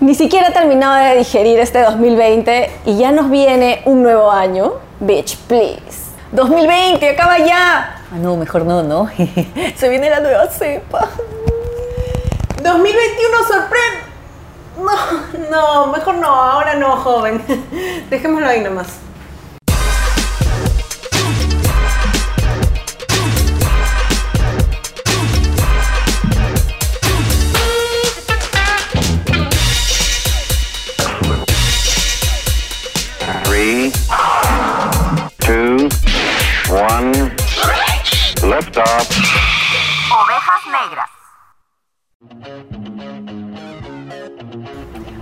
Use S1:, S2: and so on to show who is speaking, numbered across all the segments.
S1: Ni siquiera he terminado de digerir este 2020 y ya nos viene un nuevo año. Bitch, please. 2020, acaba ya.
S2: Ah, no, mejor no, ¿no?
S1: Se viene la nueva cepa.
S3: 2021 sorprende. No, no, mejor no, ahora no, joven. Dejémoslo ahí nomás.
S4: Three, two, one, lift off.
S5: Ovejas Negras.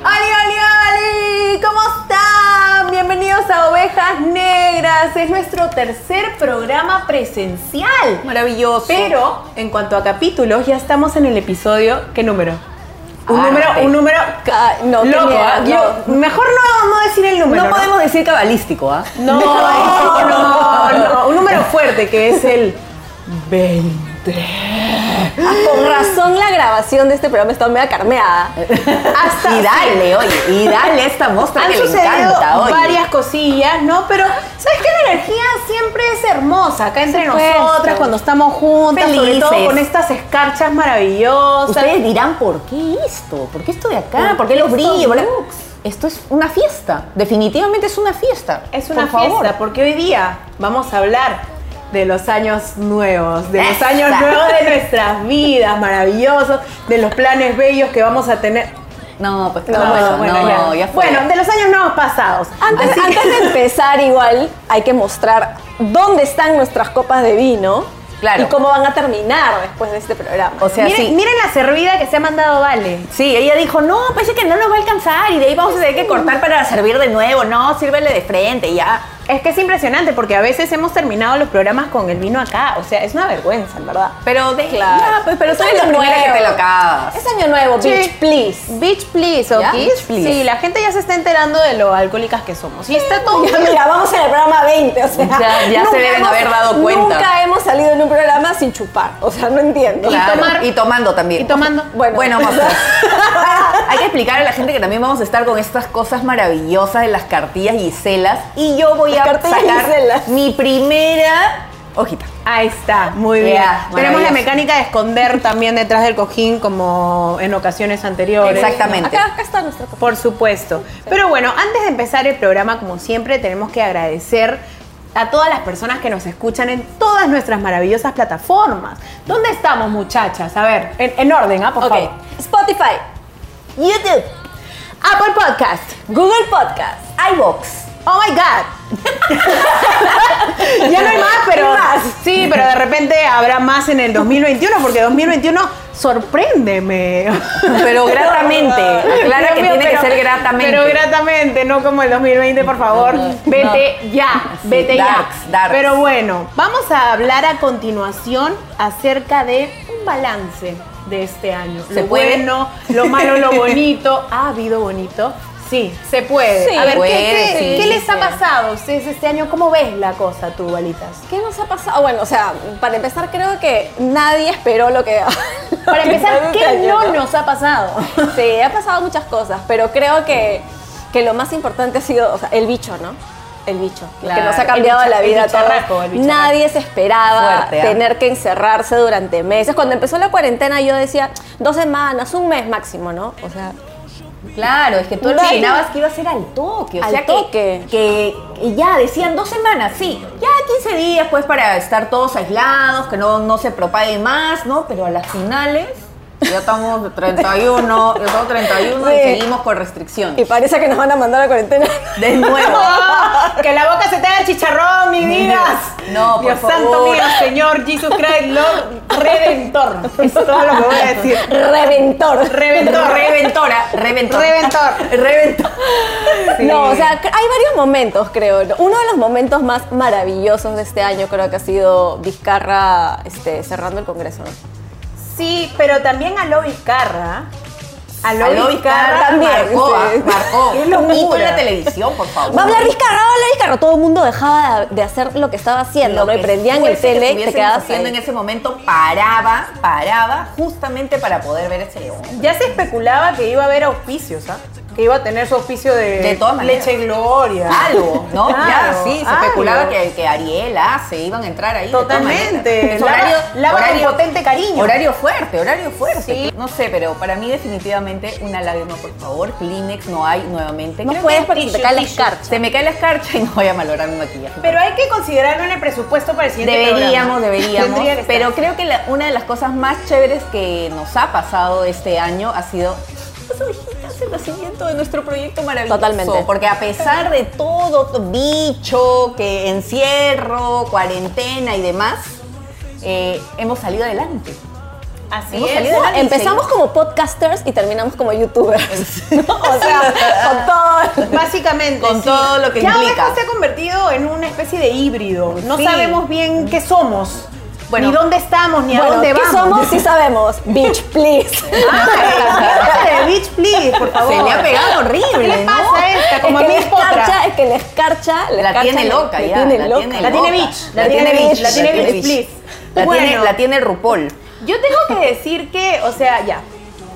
S3: ¡Ali, ali, ali! ¿Cómo están? Bienvenidos a Ovejas Negras. Es nuestro tercer programa presencial.
S1: Maravilloso.
S3: Pero en cuanto a capítulos, ya estamos en el episodio. ¿Qué número? Un
S1: Ah,
S3: número,
S1: eh.
S3: un número.
S1: Ah, no, qué
S3: loco,
S1: miedo,
S3: ¿ah? Yo- mejor no, no decir el
S2: No
S3: número.
S2: podemos decir cabalístico, ¿ah?
S3: No, no, no, Un número fuerte que es el 20.
S1: Con razón la grabación de este programa está media carmeada.
S3: Hasta
S2: y dale, oye, y dale a esta mostra
S3: Han
S2: que le
S3: sucedido
S2: encanta, oye.
S3: varias cosillas, ¿no? Pero, ¿sabes qué? La energía siempre es hermosa acá entre
S1: supuesto.
S3: nosotras, cuando estamos juntas, sobre todo
S2: Felices.
S3: con estas escarchas maravillosas.
S2: Ustedes dirán, ¿por qué esto? ¿Por qué esto de acá?
S3: ¿Por
S2: ¿Por qué
S3: qué
S2: los
S3: estos
S2: brillos?
S3: looks?
S2: Esto es una fiesta. Definitivamente es una fiesta.
S3: Es una
S2: Por favor.
S3: fiesta, porque hoy día vamos a hablar de los años nuevos, de los
S2: Esa.
S3: años nuevos de nuestras vidas maravillosos, de los planes bellos que vamos a tener.
S2: No, pues
S3: No,
S2: no, eso, no,
S3: ya.
S2: ya fue.
S3: Bueno, de los años nuevos pasados. Ah,
S1: Antes,
S3: Así-
S1: antes de empezar, igual hay que mostrar dónde están nuestras copas de vino
S2: Claro.
S1: y cómo van a terminar después de este programa.
S2: O sea,
S3: miren,
S2: sí.
S3: miren la servida que se ha mandado Vale.
S2: Sí, ella dijo, no, parece que no nos va a alcanzar y de ahí vamos a tener que cortar para servir de nuevo. No, sírvele de frente ya.
S3: Es que es impresionante porque a veces hemos terminado los programas con el vino acá. O sea, es una vergüenza, en verdad.
S2: Pero de
S1: Claro.
S2: ya, pues, pero tú eres
S1: Es
S2: la
S1: año
S2: primera que
S1: nuevo.
S2: te lo acabas.
S1: Es año nuevo,
S3: Sí.
S1: bitch, please.
S3: Bitch, please,
S2: ¿Ya?
S3: ¿ok?
S2: Bitch, please.
S3: Sí, la gente ya se está enterando de lo alcohólicas que somos. Y está todo
S1: Ya, mira, vamos en el programa 20, o sea.
S2: Ya- ya se
S1: nunca
S2: deben haber dado cuenta.
S1: Nunca hemos salido en un programa sin chupar, o sea, no entiendo.
S2: Claro,
S3: tomar.
S2: y tomando también.
S3: Y tomando.
S2: Bueno,
S1: Bueno.
S2: vamos. Hay que explicar a la gente que también vamos a estar con estas cosas maravillosas de las cartillas Giselas. Y yo voy
S1: Las
S2: a
S1: cartillas
S2: sacar
S1: Giselas.
S2: mi primera hojita.
S3: Ahí está, muy bien.
S2: Ya,
S3: Tenemos la
S2: maravilloso.
S3: mecánica de esconder también detrás del cojín como en ocasiones anteriores.
S2: Exactamente.
S1: Acá, acá está nuestra copa.
S3: Por supuesto. Pero bueno, antes de empezar el programa, como siempre, tenemos que agradecer a todas las personas que nos escuchan en todas nuestras maravillosas plataformas. ¿Dónde estamos, muchachas? A ver, en, en orden, ¿ah? Por
S1: Ok,
S3: favor.
S1: Spotify, YouTube,
S3: Apple Podcast.
S1: Google Podcast.
S2: iBox.
S3: Oh my God. ya no hay más, pero.
S1: No hay más.
S3: Sí, pero de repente habrá más en el 2021, porque 2021 sorpréndeme.
S2: Pero gratamente. Aclara que
S3: Dios mío,
S2: tiene que
S3: pero-
S2: ser gratamente.
S3: Pero gratamente, no como el 2020, por favor. Vete ya,
S2: Sí,
S3: vete ya.
S2: darks, darks.
S3: Pero bueno, vamos a hablar a continuación acerca de un balance de este año.
S2: ¿Se
S3: lo
S2: puede?
S3: bueno, lo malo, lo bonito. ¿Ha habido bonito? Sí, se puede.
S1: Sí,
S3: a ver, ¿qué-
S2: puede,
S3: qué,
S2: sí,
S3: qué les ha
S1: sí.
S3: pasado a ustedes este año? ¿Cómo ves la cosa tú, balitas?
S1: ¿Qué nos ha pasado? Ah, Bueno, o sea, para empezar, creo que nadie esperó lo que. lo
S3: Para
S1: que
S3: empezar,
S1: nos
S2: este
S3: ¿qué
S1: cayó,
S3: no nos ha pasado?
S1: Sí, ha pasado muchas cosas, pero creo que, que lo más importante ha sido o sea, el bicho, ¿no? El bicho,
S2: Claro,
S1: que nos ha cambiado
S3: el bicha-
S1: la vida
S3: el
S1: a todos.
S3: bicharraco, el bicharraco.
S1: Nadie se esperaba
S2: Fuerte, ¿ah?
S1: tener que encerrarse durante meses. Cuando empezó la cuarentena yo decía, dos semanas, un mes máximo, ¿no? O sea,
S2: Claro, es que tú
S1: Dale.
S2: imaginabas que iba a ser al toque. O
S1: Al
S2: sea, que-
S1: toque.
S2: Que, que ya decían dos semanas, sí. Ya 15 días, pues, para estar todos aislados, que no, no se propague más, ¿no? Pero a las finales. Ya estamos de 31, ya estamos 31 y
S1: Sí.
S2: seguimos con restricciones.
S1: y parece que nos van a mandar a la cuarentena.
S2: De nuevo.
S3: que la boca se te haga chicharrón, mi vida.
S2: No, por
S3: Dios santo
S2: favor.
S3: mío, Señor Jesus Christ, Lord Redentor. Es todo lo que voy a decir.
S1: Reventor.
S3: Reventor,
S2: Reventora, reventor.
S3: Reventor.
S2: Reventor.
S3: Sí.
S1: No, o sea, cr- hay varios momentos, creo. Uno de los momentos más maravillosos de este año creo que ha sido Vizcarra este, cerrando el Congreso. ¿no?
S3: Sí, pero también a lo Vizcarra Aloy
S2: Aloy Vizcarra
S1: también,
S2: marcó,
S3: ah,
S1: sí.
S2: marcó.
S3: Qué
S2: Es lo mito en
S3: locura.
S2: la televisión, por favor.
S1: Va a hablar Vizcarra, va a hablar Vizcarra. Todo el mundo dejaba de, de hacer lo que estaba haciendo, ¿no? Y
S2: que
S1: prendían el
S2: fuese que
S1: tele y te
S2: estuviésemos
S1: quedabas
S2: haciendo
S1: ahí.
S2: en ese momento paraba, paraba justamente para poder ver ese león.
S3: Ya se especulaba que iba a haber auspicios, ¿ah? Que iba a tener su auspicio de,
S2: De todas maneras.
S3: leche gloria.
S2: Algo, ¿no?
S3: Claro,
S2: ya, sí, se
S3: algo.
S2: especulaba que, que Ariela ah, se iban a entrar ahí. de todas
S3: Totalmente.
S2: maneras. Es
S3: Lava- lava con potente cariño.
S2: Horario fuerte, horario fuerte. No sé, pero para mí definitivamente una lágrima, por favor. Kleenex no hay nuevamente.
S1: No
S2: Creo
S1: puedes
S2: que
S1: porque se te
S2: tissue,
S1: cae la
S2: tissue.
S1: escarcha.
S2: Se me cae la escarcha y no voy a malograr mi maquillaje.
S3: Pero hay que considerarlo en el presupuesto para el siguiente
S2: Deberíamos,
S3: programa.
S2: deberíamos.
S3: Tendría que estar.
S2: Pero creo que la- una de las cosas más chéveres que nos ha pasado este año ha sido las orejitas, el nacimiento de nuestro proyecto maravilloso.
S1: Totalmente.
S2: Porque a pesar de todo t- bicho, que encierro, cuarentena y demás, eh, hemos salido adelante.
S3: Así
S2: Hemos
S3: es.
S2: salido adelante.
S1: Empezamos como podcasters y terminamos como youtubers. ¿no? O sea, con todo.
S3: Básicamente.
S2: Con todo lo que
S3: ya
S2: implica.
S3: Ovejas se ha convertido en una especie de híbrido. No
S2: Sí.
S3: sabemos bien qué somos.
S2: Bueno.
S3: ni dónde estamos, ni a
S1: Bueno,
S3: dónde
S1: ¿qué
S3: vamos.
S1: somos? Sí sabemos. Bitch, please.
S3: Ay, de Beach, please, por favor.
S2: Ah. Se le ha pegado horrible,
S3: ¿Qué le
S2: ¿no?
S3: pasa a esta? Como
S1: es
S3: a
S1: que
S3: mi
S1: la escarcha,
S3: esposa.
S1: es que la escarcha, la,
S2: La,
S1: escarcha
S2: tiene
S1: le-
S2: loca
S1: le
S2: ya.
S1: tiene
S2: la
S1: loca.
S2: tiene
S3: La tiene
S2: loca.
S3: Beach, la tiene Beach, la tiene Beach, please.
S2: La, tiene,
S3: Bueno.
S2: la tiene RuPaul.
S3: Yo tengo que decir que, o sea, ya,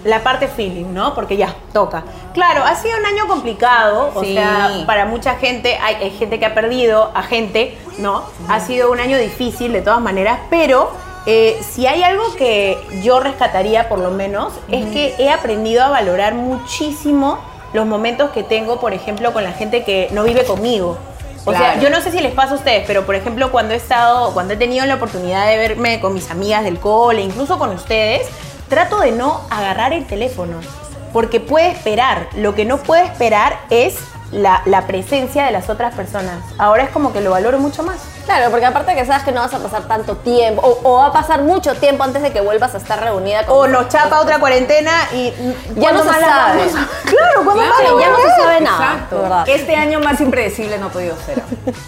S3: la parte feeling, ¿no? Porque ya, toca. Claro, ha sido un año complicado, o
S2: Sí.
S3: sea, para mucha gente, hay, hay gente que ha perdido a gente, ¿no? Ha sido un año difícil de todas maneras, pero eh, si hay algo que yo rescataría por lo menos, es que he aprendido a valorar muchísimo los momentos que tengo, por ejemplo, con la gente que no vive conmigo. O sea,
S2: Claro.
S3: yo no sé si les pasa a ustedes, pero por ejemplo, cuando he estado, cuando he tenido la oportunidad de verme con mis amigas del cole, incluso con ustedes, trato de no agarrar el teléfono, porque puede esperar. Lo que no puede esperar es la, la presencia de las otras personas. Ahora es como que lo valoro mucho más.
S1: Claro, porque aparte que sabes que no vas a pasar tanto tiempo, o, o va a pasar mucho tiempo antes de que vuelvas a estar reunida con
S3: O nos chapa otra cuarentena y
S1: Ya no
S3: ¿cuándo
S1: se
S3: más la
S1: sabe.
S3: vamos a- Claro, ¿cuándo más la
S1: ya no
S3: vamos a
S1: se
S3: ver?
S1: sabe nada,
S2: Exacto.
S1: de verdad.
S2: Este año más impredecible no ha podido ser.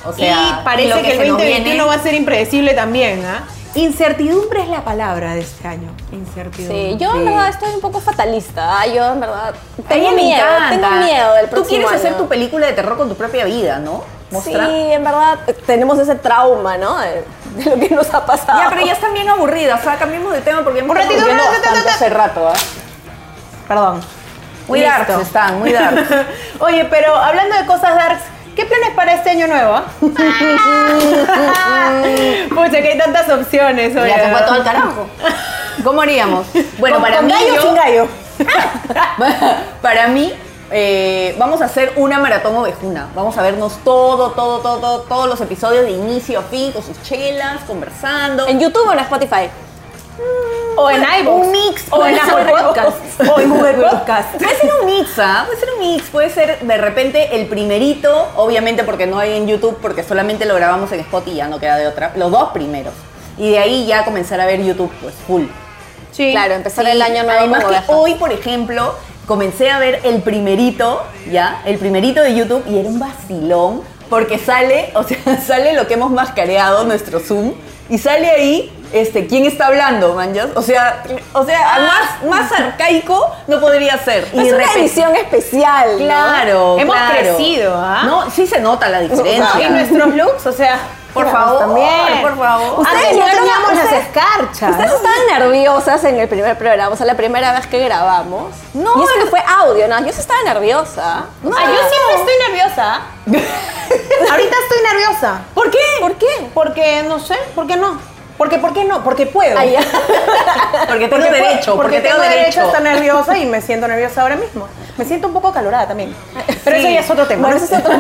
S2: O sea,
S3: y parece
S2: lo
S3: que, el
S2: se nos
S3: 2021
S2: viene-
S3: va a ser impredecible también, ¿ah? Incertidumbre es la palabra de este año. Incertidumbre.
S1: Sí, yo en verdad estoy un poco fatalista. ah, Yo en verdad
S2: A mí
S1: tengo
S2: me
S1: miedo,
S2: encanta.
S1: tengo miedo del próximo
S2: Tú quieres hacer
S1: año.
S2: tu película de terror con tu propia vida, ¿no? Mostrar.
S1: Sí, en verdad eh, tenemos ese trauma, ¿no? De, de lo que nos ha pasado.
S2: Ya, pero ya están bien aburridas. O sea, cambiemos de tema porque hemos
S3: Un ratito,
S2: estado
S3: un
S2: discutiendo
S3: ratito,
S2: bastante rato, ¿ah?
S3: Perdón.
S2: Muy
S3: Listo.
S2: darks están, muy darks.
S3: Oye, pero hablando de cosas darks, ¿qué planes para este año nuevo? ah? Pucha, que hay tantas opciones. oye,
S2: Ya se fue
S3: ¿no?
S2: todo al carajo. ¿Cómo haríamos? Bueno,
S3: ¿Con-
S2: para
S3: con
S2: mí.
S3: gallo o
S2: yo-
S3: sin gallo?
S2: Para mí, eh, vamos a hacer una maratón ovejuna. Vamos a vernos todo, todo, todo, todo, todos los episodios de inicio a fin, con sus chelas, conversando.
S1: ¿En YouTube o en Spotify?
S3: O en iVoox.
S2: Un mix.
S3: O en
S2: puede
S3: Apple
S2: ser de-
S3: Podcast. O en Google Podcast.
S2: Puede ser un mix, ¿ah? Puede ser un mix. Puede ser de repente el primerito, obviamente porque no hay en YouTube, porque solamente lo grabamos en Spotify y ya no queda de otra. Los dos primeros. Y de ahí ya comenzar a ver YouTube, pues full.
S3: Sí.
S1: Claro, empezar el año nuevo
S2: Además
S1: como
S2: que
S1: oveja.
S2: hoy, por ejemplo, comencé a ver el primerito, ¿ya? El primerito de YouTube y era un vacilón porque sale, o sea, sale lo que hemos mascareado nuestro Zoom y sale ahí este quién está hablando, manjas. O sea, o sea, más más arcaico no podría ser. Y
S1: es
S2: de
S1: Pues una
S2: repente-
S1: edición especial. ¿no?
S2: Claro,
S3: Hemos
S2: claro.
S3: crecido, ¿ah?
S2: No, sí se nota la
S3: Y
S2: diferencia.
S3: nuestros looks, o sea.
S2: Por
S3: digamos,
S2: favor,
S3: también.
S2: por favor.
S3: Antes
S1: Ustedes
S3: no
S1: llegaron a-
S3: teníamos las
S1: ustedes-
S3: escarchas.
S1: Ustedes estaban nerviosas en el primer programa, o sea, la primera vez que grabamos.
S2: No,
S1: Y eso que fue audio, ¿no? Yo sí estaba nerviosa.
S3: Ah, yo siempre estoy nerviosa. Ahorita estoy nerviosa.
S1: ¿Por qué? ¿Por qué?
S3: Porque no sé, ¿por qué no? Porque, ¿por qué no? Porque puedo.
S1: Ay, ya.
S2: Porque tengo
S3: puedo-
S2: derecho, porque tengo
S3: derecho a
S2: derecho.
S3: estar nerviosa y me siento nerviosa ahora mismo. Me siento un poco calorada también. Pero eso ya es otro tema.
S1: Bueno, ese es otro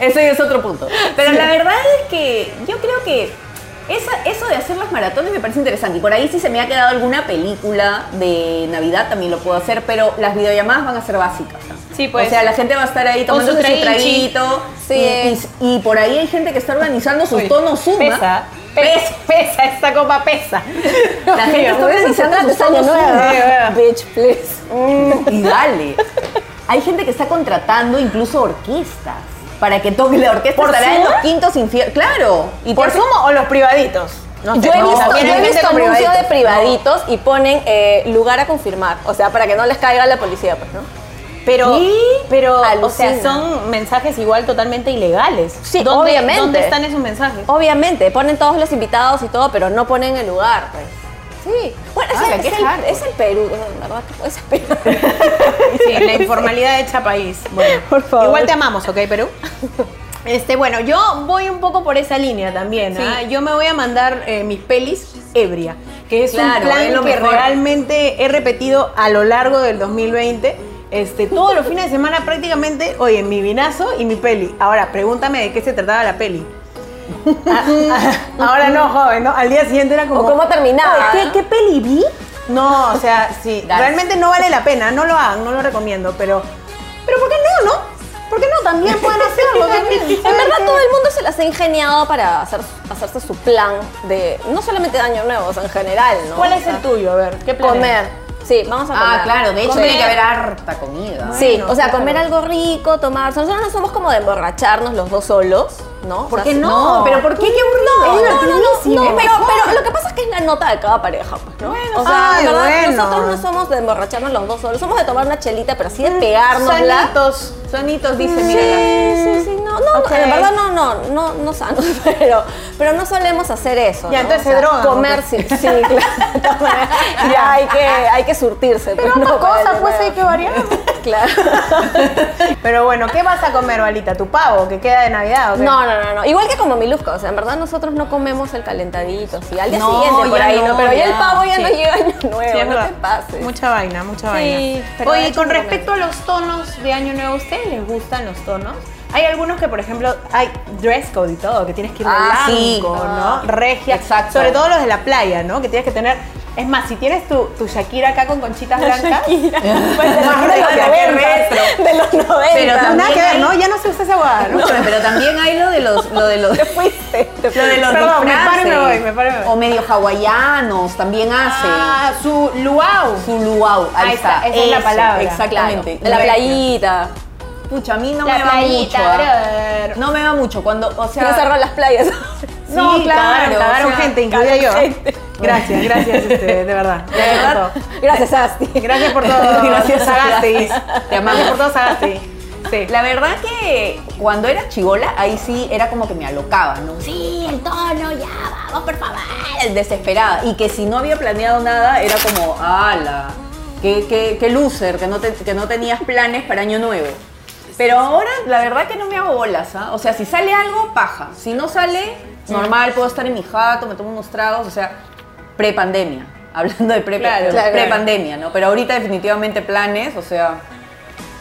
S2: Eso ya es otro punto. Pero la verdad es que yo creo que esa- eso de hacer los maratones me parece interesante. Y por ahí si se me ha quedado alguna película de Navidad también lo puedo hacer, pero las videollamadas van a ser básicas. ¿no?
S3: Sí, pues.
S2: O sea, la gente va a estar ahí
S3: Con
S2: tomando su
S3: su traguinchi.
S2: traguito.
S1: Sí.
S2: Y, y- y por ahí hay gente que está organizando sus tonos suma.
S3: Pesa, pesa, pesa, esta copa pesa.
S2: La gente está organizando sus tonos suma.
S1: Bitch, please.
S2: Y dale. Hay gente que está contratando incluso orquestas para que toque la orquesta.
S3: ¿Por
S2: estará en
S3: Zoom?
S2: los quintos infiernos. Claro. Y te
S3: ¿Por
S2: hace-
S3: sumo o los privaditos? No sé,
S1: Yo he
S3: no,
S1: visto, yo
S3: tiene
S1: he
S3: gente
S1: visto
S3: con
S1: anuncios de
S3: privaditos.
S1: privaditos y ponen eh, lugar a confirmar. O sea, para que no les caiga la policía, pues, ¿no?
S3: Pero,
S1: Y
S3: pero o sea,
S1: alucina.
S3: son mensajes igual totalmente ilegales.
S1: Sí,
S3: ¿Dónde,
S1: obviamente.
S3: ¿Dónde están esos mensajes?
S1: Obviamente, ponen todos los invitados y todo, pero no ponen el lugar, pues. Sí. Bueno, es,
S2: Ah,
S1: el-
S2: la
S1: es
S2: que es
S1: el,
S2: hardcore.
S1: es el Perú, o sea, en verdad que es el Perú.
S3: Sí, la informalidad hecha país. Bueno,
S1: Por favor.
S3: Igual te amamos, ¿ok, Perú? Este, bueno, yo voy un poco por esa línea también. ¿ah? Yo me voy a mandar eh, mis pelis ebria, que es
S2: Claro,
S3: un plan
S2: es lo
S3: que
S2: mejor.
S3: realmente he repetido a lo largo del 2020. Este, todos los fines de semana prácticamente, oye, mi vinazo y mi peli. Ahora, pregúntame de qué se trataba la peli. Ah, ah, ahora no, joven, ¿no? Al día siguiente era como...
S1: O cómo terminaba,
S3: "Oye, ¿qué-
S1: ¿no?
S3: ¿Qué peli vi? No, o sea, sí,
S2: Dale.
S3: realmente no vale la pena, no lo hagan, no lo recomiendo, pero pero ¿por qué no, no? ¿Por qué no? También pueden hacerlo.
S1: En
S3: también.
S1: verdad todo el mundo se las ha ingeniado para hacer, hacerse su plan de, no solamente de año nuevo, o sea, en general, ¿no?
S3: ¿Cuál es
S1: O sea,
S3: el tuyo? A ver, ¿qué planeas?
S1: Comer. Sí, vamos a comer.
S2: Ah, claro, de hecho
S1: Comer.
S2: tiene que haber harta comida.
S1: Sí,
S3: Bueno,
S1: o sea,
S3: claro.
S1: comer algo rico, tomar. Nosotros no somos como de emborracharnos los dos solos, ¿no?
S3: ¿Por
S1: O sea,
S3: qué
S1: si-
S3: no?
S2: pero ¿por qué? ¡Qué
S1: No,
S2: burlado!
S1: no, no, no,
S2: Es
S1: pero,
S2: mejor.
S1: pero lo que pasa es que es la nota de cada pareja, pues, ¿no?
S3: Bueno,
S1: o sea,
S3: ay,
S1: en verdad,
S3: bueno.
S1: nosotros no somos de emborracharnos los dos solos, somos de tomar una chelita, pero así
S2: Mm,
S1: de pegarnos la.
S3: Sonitos, sonitos, dice,
S1: Sí,
S3: mira.
S1: sí, sí, no, no,
S3: Ok.
S1: en verdad no, no, no, no sano, pero, pero no solemos hacer eso.
S3: Ya,
S1: ¿no?
S3: entonces se drogan,
S1: Comer,
S3: ¿o qué?
S1: sí, sí, claro. ya hay que, hay que surtirse.
S3: Pero
S1: pues,
S3: otra
S1: no, para
S3: cosa,
S1: el
S3: pues hay que
S1: nuevo.
S3: variar.
S1: Claro.
S3: Pero bueno, ¿qué vas a comer, Valita? ¿Tu pavo que queda de Navidad o qué?
S1: No, no, no, no. Igual que como Miluska, o sea, en verdad nosotros no comemos el calentadito, sí, al día
S3: No,
S1: siguiente por
S3: ya
S1: ahí,
S3: no,
S1: no, pero ya,
S3: ya.
S1: el pavo ya no
S3: Sí.
S1: llega año nuevo,
S3: Sí, es
S1: no
S3: verdad.
S1: te pases.
S3: Mucha vaina, mucha
S1: Sí,
S3: vaina.
S1: pero de
S3: Oye, y
S1: hecho
S3: con
S1: no lo
S3: respecto a los tonos de Año Nuevo, ¿a ¿ustedes les gustan los tonos? Hay algunos que, por ejemplo, hay dress code y todo, que tienes que ir de
S2: Ah,
S3: blanco,
S2: sí.
S3: ¿no? Regia.
S2: Exacto.
S3: Sobre todo los de la playa, ¿no? Que tienes que tener. Es más, si tienes tu, tu Shakira acá con conchitas blancas.
S1: Shakira.
S3: Pues, más de los 90.
S2: Qué retro.
S1: De los 90.
S2: Pero también-
S3: Nada que ver,
S2: hay-
S3: ¿no? Ya no se usa esa guada, ¿no?
S2: No, pero, pero también hay lo de los, lo de los,
S1: te fuiste. te
S2: lo de
S1: fuiste.
S2: los
S3: Perdón, me paro y
S2: disfraces.
S3: me voy, me paro y me voy.
S2: O medio hawaianos también hacen.
S3: Ah, su luau.
S2: Su luau, ahí,
S3: Ahí está,
S2: está.
S3: esa es la palabra.
S1: Claro,
S2: Exactamente.
S1: de la
S2: Regia.
S1: playita.
S2: Pucha, a mí no
S3: La
S2: me va mucho.
S3: playita,
S2: ¿ah?
S3: brother.
S2: No me va mucho cuando, o
S1: Se no
S2: sea,
S1: cerraron las playas.
S3: No, claro,
S2: Sí, claro,
S3: cagaron
S2: o sea,
S3: gente, incluida yo.
S1: cagaron gente.
S3: Gracias, gracias, este, de verdad.
S1: De
S3: Gracias por
S1: verdad.
S3: todo.
S1: Gracias, Asti.
S3: Gracias por todo,
S1: Gracias,
S3: Sagasti. Te amamos por todo, Sagasti. Sí.
S2: la verdad que cuando era chivola, ahí sí era como que me alocaba, ¿no? Sí, el tono, ya, vamos, por favor. Desesperada. Y que si no había planeado nada, era como, ala, qué, qué, qué loser, que no, te- que no tenías planes para Año Nuevo. Pero ahora, la verdad que no me hago bolas, ¿ah? O sea, si sale algo, paja. Si no sale, normal, puedo estar en mi jato, me tomo unos tragos, o sea, prepandemia. Hablando de pre
S3: Claro,
S1: claro.
S2: prepandemia, ¿no? Pero ahorita definitivamente planes, o sea,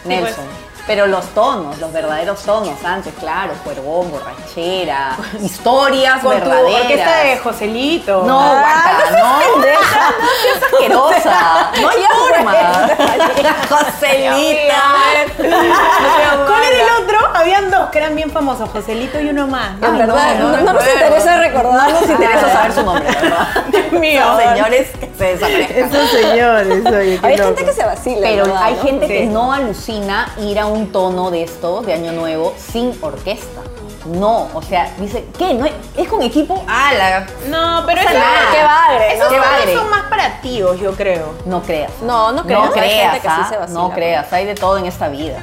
S2: Nelson.
S3: pues.
S2: Pero los tonos, los verdaderos tonos antes, claro, cuervón, borrachera, historias
S3: Pues. Con tu
S2: verdaderas.
S3: orquesta de Joselito.
S2: No, aguanta, Ah, no, deja, no seas asquerosa. No hay forma. Joselita.
S3: ¿Cuál era el otro? Habían dos que eran bien famosos, Joselito y uno más.
S1: Ah,
S2: Ay,
S1: verdad,
S2: no,
S1: no,
S2: no
S1: no nos
S2: recuerdo.
S1: interesa recordar.
S2: No nos interesa saber su nombre, la ¿verdad?
S3: Dios mío.
S2: Los señores que se desaparezcan.
S3: Esos señores, oye, qué
S1: Hay
S3: loco.
S1: gente que se vacila.
S2: Pero
S1: ¿verdad,
S2: hay
S1: no?
S2: gente que
S3: Sí.
S2: no alucina ir a un tono de estos de Año Nuevo sin orquesta. No, o sea, dice, ¿qué? ¿No hay- ¿Es con equipo? Ah, la...
S3: No, pero
S2: Eso
S3: esos-
S2: nada.
S1: Qué bagre,
S3: Esos
S2: qué bagre.
S3: son más para tíos, yo creo.
S2: No creas.
S1: No, no creas.
S2: No
S1: Hay gente
S2: creas,
S1: que sí
S2: ¿ah?
S1: se vacila.
S2: No creas. Hay de todo en esta vida.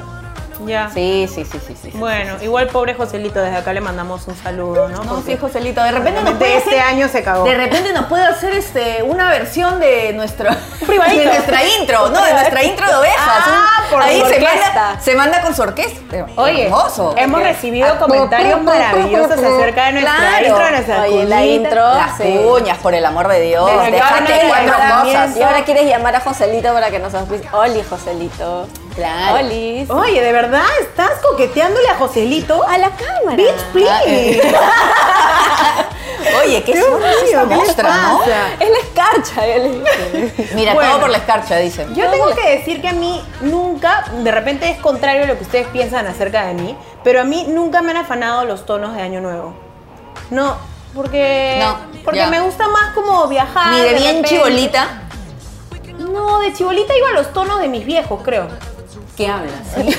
S3: Ya.
S2: Sí, sí, sí, sí, sí.
S3: Bueno, igual pobre Joselito, desde acá le mandamos un saludo, ¿no?
S2: No,
S3: Porque
S2: sí, Joselito, de repente nos
S3: de
S2: puede
S3: este
S2: hacer-
S3: año se cagó.
S2: De repente nos puede hacer este, una versión de nuestra,
S3: Privadito.
S2: de nuestra intro, ¿no? De nuestra intro de ovejas.
S3: Ah,
S2: Un-
S3: por
S2: Ahí
S3: su
S2: se
S3: orquesta.
S2: manda, se manda con su orquesta. Pero
S3: Oye,
S2: hermoso. Ah,
S3: hemos recibido comentarios maravillosos acerca de nuestra
S2: Claro.
S3: intro, de nuestra
S1: Oye, la
S3: cunita.
S1: intro.
S2: Las
S1: sí.
S2: cuñas, por el amor de Dios.
S3: Pero que ahora
S2: Déjate
S3: no hay
S2: cuatro
S3: llamamiento.
S2: cosas.
S1: Y ahora quieres llamar a Joselito para que nos auspicie. Oli, Joselito.
S2: Claro. Oh,
S1: Oli.
S3: Oye, de verdad, estás coqueteándole a Joselito.
S1: A la cámara.
S3: Bitch,
S2: Ah, eh.
S3: please.
S2: Oye, qué
S3: Dios
S2: zorra es
S3: mío,
S2: esta
S3: ¿qué le
S2: mostra, ¿no?
S3: pasa?
S1: Es la escarcha, él.
S2: Mira,
S3: Bueno.
S2: todo por la escarcha, dicen.
S3: Yo tengo que decir que a mí nunca, de repente es contrario a lo que ustedes piensan acerca de mí, pero a mí nunca me han afanado los tonos de Año Nuevo. No, porque,
S2: No,
S3: porque
S2: ya.
S3: me gusta más como viajar.
S2: Ni de bien
S3: repente.
S2: chibolita.
S3: No, de chibolita iba a los tonos de mis viejos, creo.
S2: ¿Qué hablas?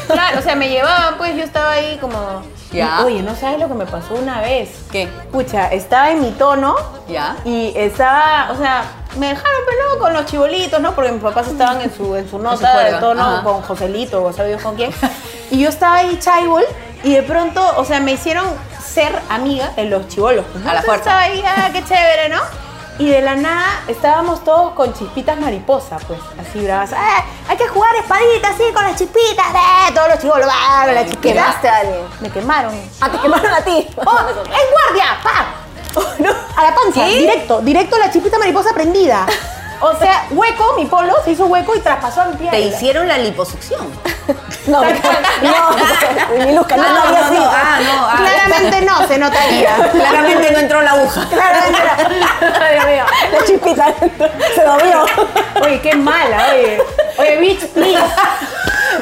S3: Claro, o sea, me llevaban, pues yo estaba ahí como.
S2: Ya.
S3: Oye, no sabes lo que me pasó una vez.
S2: ¿Qué?
S3: Pucha, estaba en mi tono.
S2: Ya.
S3: Y estaba, o sea, me dejaron pelado con los chibolitos, ¿no? Porque mis papás estaban en su, en su nota
S2: cuerda,
S3: de tono
S2: ajá.
S3: con Joselito o sabía con quién. Y yo estaba ahí chaibol y de pronto, o sea, me hicieron ser amiga de los chibolos.
S2: A la fuerza.
S3: Estaba ahí, ah, qué chévere, ¿no? Y de la nada estábamos todos con chispitas mariposa, pues, así bravas. ¡Eh! Hay que jugar espaditas, sí, con las chispitas, ¡eh! Todos los chibolos, ¡ah! Con las chispitas.
S1: ¿Quemaste a alguien?
S3: Me quemaron.
S1: Ah, te quemaron a ti. Oh,
S3: ¡Oh! ¡En guardia! ¡Pa! A la panza,
S1: ¿Qué?
S3: directo, directo la chispita mariposa prendida. O sea, hueco, mi polo se hizo hueco y traspasó a mi piel.
S2: Te hicieron la liposucción.
S1: No, no, no, mi luz, que no, no, había sido.
S2: ah, no, ah.
S3: Claramente no, se notaría.
S2: Claramente no entró la aguja.
S3: Claramente no. Ay, Dios mío.
S1: La chispita se movió.
S3: Oye, qué mala, oye. Oye, bitch, please.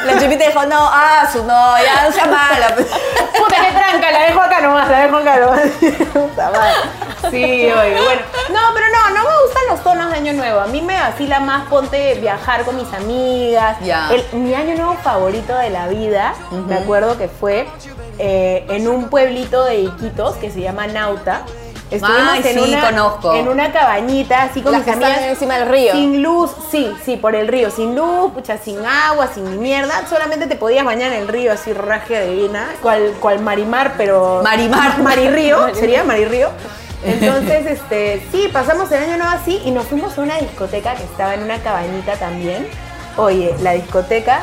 S2: La chipita dijo, no, ah, su no, ya no sea mala.
S3: Puta, qué tranca, la dejo acá nomás, la dejo acá nomás. Puta madre. Sí, oye, bueno. No, pero no, no me gustan los tonos de Año Nuevo. A mí me vacila más, ponte, viajar con mis amigas.
S2: Ya.
S3: El- mi Año Nuevo favorito de la vida, me acuerdo que fue eh, en un pueblito de Iquitos que se llama Nauta. Estuvimos
S2: Ay,
S3: en,
S2: sí,
S3: una,
S2: conozco.
S3: en una cabañita, así con
S1: Las
S3: mis
S1: que están
S3: amigas.
S1: encima del río.
S3: Sin luz, sí, sí, por el río, sin luz, pucha, sin agua, sin ni mierda, solamente te podías bañar en el río así raje divina, cual, cual marimar, pero...
S2: Marimar.
S3: Marirío, sería marirrío. Entonces, este, sí, pasamos el año nuevo así y nos fuimos a una discoteca que estaba en una cabañita también. Oye, la discoteca,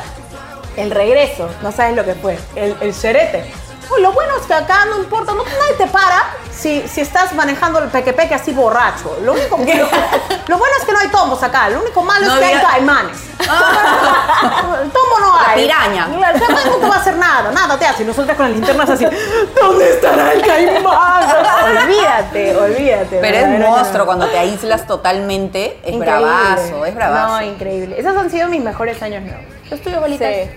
S3: el regreso, no sabes lo que fue, el, el cerete. Oh, lo bueno es que acá no importa, no, nadie te para si, si estás manejando el pequepeque así borracho. Lo único que... Lo, bueno es que no hay tombos acá, lo único malo
S2: No
S3: es que hay
S2: había-
S3: caimanes. El tombo no
S2: La
S3: hay.
S2: piraña.
S3: Claro, el caimán no te va a hacer nada, nada te hace. Y nosotras con las linternas así, ¿dónde estará el caimán? Olvídate, olvídate.
S2: Pero es
S3: verdadero,
S2: monstruo
S3: no.
S2: cuando te aíslas totalmente. Es
S3: Increíble.
S2: bravazo, es bravazo.
S3: No, increíble. Esos han sido mis mejores años nuevos. Los tuyos, bolitas.
S1: Sí.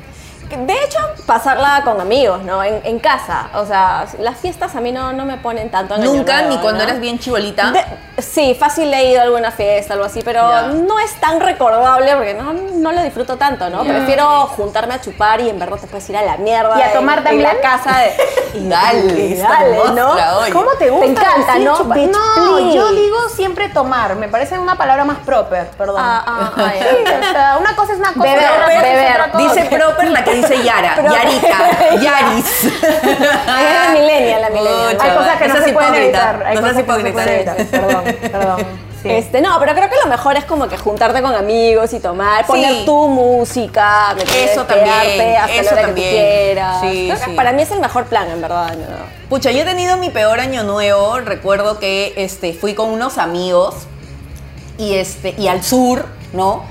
S1: Que, De hecho, pasarla con amigos, ¿no? En, en casa. O sea, las fiestas a mí no, no me ponen tanto en Año
S2: Nunca,
S1: Nuevo,
S2: ni cuando
S1: ¿no?
S2: eras bien chibolita.
S1: De- sí, fácil he ido a alguna fiesta, algo así, pero
S2: Ya.
S1: no es tan recordable porque no, no lo disfruto tanto, ¿no? Prefiero juntarme a chupar y en verdad te puedes ir a la mierda.
S3: ¿Y a
S1: en-
S3: tomar
S1: en la
S3: también?
S1: casa de...
S2: Y dale,
S1: Y
S2: esta
S1: dale,
S2: mostra,
S1: ¿no?
S2: oye.
S3: ¿Cómo te gusta?
S1: encanta,
S3: decir
S1: ¿no?
S3: chupa-
S1: Bitch,
S3: No,
S1: please.
S3: yo digo siempre tomar. Me parece una palabra más proper, perdón.
S1: Ah, ah, ah, ya.
S3: Sí, o sea, una cosa es una cosa.
S1: Beber,
S3: otra cosa es
S1: beber.
S3: otra cosa.
S2: Dice proper la que dice Yara. Yarita. Yaris.
S1: Es la millennial, la millennial.
S2: Pucha,
S3: Hay cosas que
S2: no
S3: no
S2: seas
S3: se pueden
S2: hipócrita,
S3: evitar. hay
S2: no seas
S3: cosas que se
S2: hipócrita.
S3: pueden evitar. Perdón, perdón. sí.
S1: Este, no, pero creo que lo mejor es como que juntarte con amigos y tomar,
S2: Sí.
S1: poner tu música, ¿me entiendes?
S2: Eso también,
S1: Quedarte hasta la
S2: eso
S1: hora que tú
S2: también.
S1: quieras.
S2: Sí,
S1: Creo que
S2: sí.
S1: Para mí es el mejor plan, en verdad. ¿no?
S2: Pucha, yo he tenido mi peor año nuevo. Recuerdo que este, fui con unos amigos y, este, y al sur, ¿no?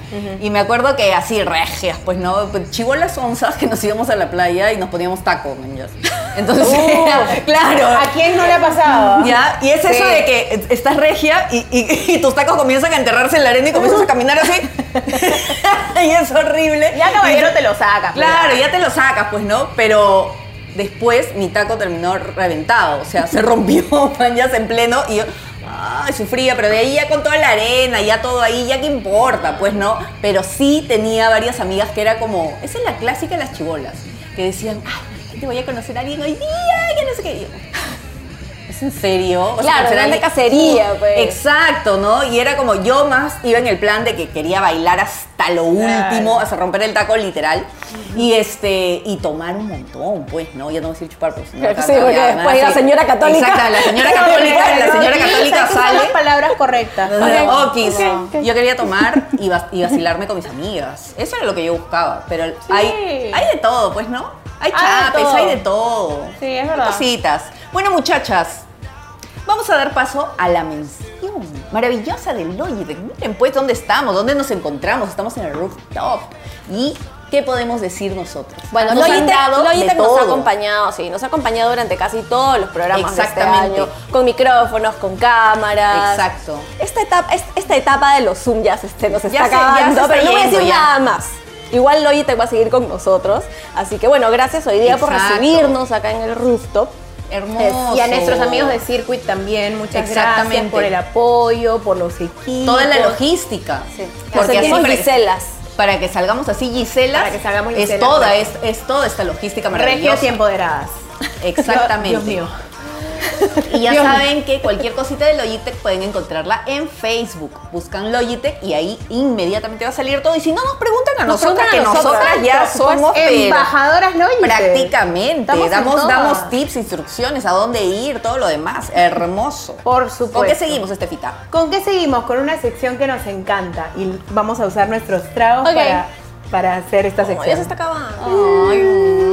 S2: Y me acuerdo que así regias, pues, ¿no? Chibolas onzas que nos íbamos a la playa y nos poníamos taco, man, ya. Entonces,
S3: Uh.
S2: era- claro.
S3: ¿A quién no le ha pasado?
S2: ¿Ya? Y es eso de que estás regia y, y- y tus tacos comienzan a enterrarse en la arena y comienzas a caminar así. y es horrible.
S3: Ya
S2: Y-
S3: caballero te lo saca. pues.
S2: Claro, ya te lo sacas, pues, ¿no? Pero después mi taco terminó reventado, o sea, se rompió, man, ya se en pleno y yo, ay, sufría, pero de ahí ya con toda la arena, ya todo ahí, ya qué importa, pues, ¿no? Pero sí tenía varias amigas que era como, esa es la clásica de las chibolas, que decían, ay, te voy a conocer a alguien hoy día, que no sé qué. Y yo, ¿Es en serio? O
S1: Claro,
S2: conocer a
S1: no es de
S2: alguien-
S1: cacería, pues.
S2: uh, Exacto, ¿no? Y era como yo más iba en el plan de que quería bailar hasta lo último, hasta romper el taco literal. Y este, y tomar un montón, pues, ¿no? Ya no voy a decir chupar, pues. No,
S1: Sí,
S2: acá, acá,
S1: porque
S2: ya,
S1: después
S2: nada,
S1: la señora católica-
S2: Exacto, la señora católica, la señora católica sale.
S3: las palabras correctas.
S2: Entonces,
S1: Ok,
S2: ok, sí. Yo quería tomar y, vas- y vacilarme con mis amigas. Eso era lo que yo buscaba. Pero hay, hay de todo, pues, ¿no? Hay
S3: Hay de
S2: chapes,
S3: todo.
S2: hay de todo.
S3: Sí, es
S2: Hay
S3: verdad.
S2: Cositas. Bueno, muchachas, vamos a dar paso a la mención maravillosa del Logitech. Miren, pues, dónde estamos, dónde nos encontramos. Estamos en el rooftop. ¿Y qué podemos decir nosotros?
S1: Bueno,
S2: nos han
S1: Logitech,
S2: dado
S1: Logitech
S2: de
S1: nos ha
S2: todo.
S1: acompañado, sí, nos ha acompañado durante casi todos los programas de este
S2: Exactamente.
S1: año, con micrófonos, con cámaras.
S2: Exacto.
S1: Esta etapa, es- esta etapa de los Zoom ya se, este, nos está
S2: Ya se- ya se
S1: acabando,
S2: está
S1: pero no voy a
S2: yendo
S1: decir
S2: ya.
S1: nada más. Igual Logitech va a seguir con nosotros, así que bueno, gracias hoy día por
S2: Exacto.
S1: recibirnos acá en el rooftop.
S2: Hermoso.
S3: Y a nuestros amigos de Circuit también, muchas gracias
S2: Exactamente.
S3: por el apoyo, por los equipos.
S2: Toda la logística.
S1: Nos sentimos
S2: siempre-
S1: Giselas.
S2: para que salgamos así, Gisela.
S3: Para que salgamos
S2: Es
S3: Giselas,
S2: toda,
S3: ¿verdad?
S2: es, es toda esta logística maravillosa.
S3: Regios y empoderadas.
S2: Exactamente.
S3: Dios mío.
S2: Y ya
S3: Dios mío.
S2: saben que cualquier cosita de Logitech pueden encontrarla en Facebook. Buscan Logitech y ahí inmediatamente va a salir todo. Y si no nos preguntan a nosotras,
S3: Nosotras,
S2: que nosotras,
S3: nosotras,
S2: ya
S3: exacto, pues,
S2: somos pero
S3: embajadoras Logitech.
S2: Prácticamente.
S3: Estamos en
S2: damos,
S3: todas.
S2: damos tips, instrucciones, a dónde ir, todo lo demás. Hermoso.
S3: Por supuesto.
S2: ¿Con qué seguimos, Estefita?
S3: ¿Con qué seguimos? Con una sección que nos encanta y vamos a usar nuestros tragos
S1: Ok.
S3: para, para hacer esta sección.
S1: ya se está acabando.
S2: mm.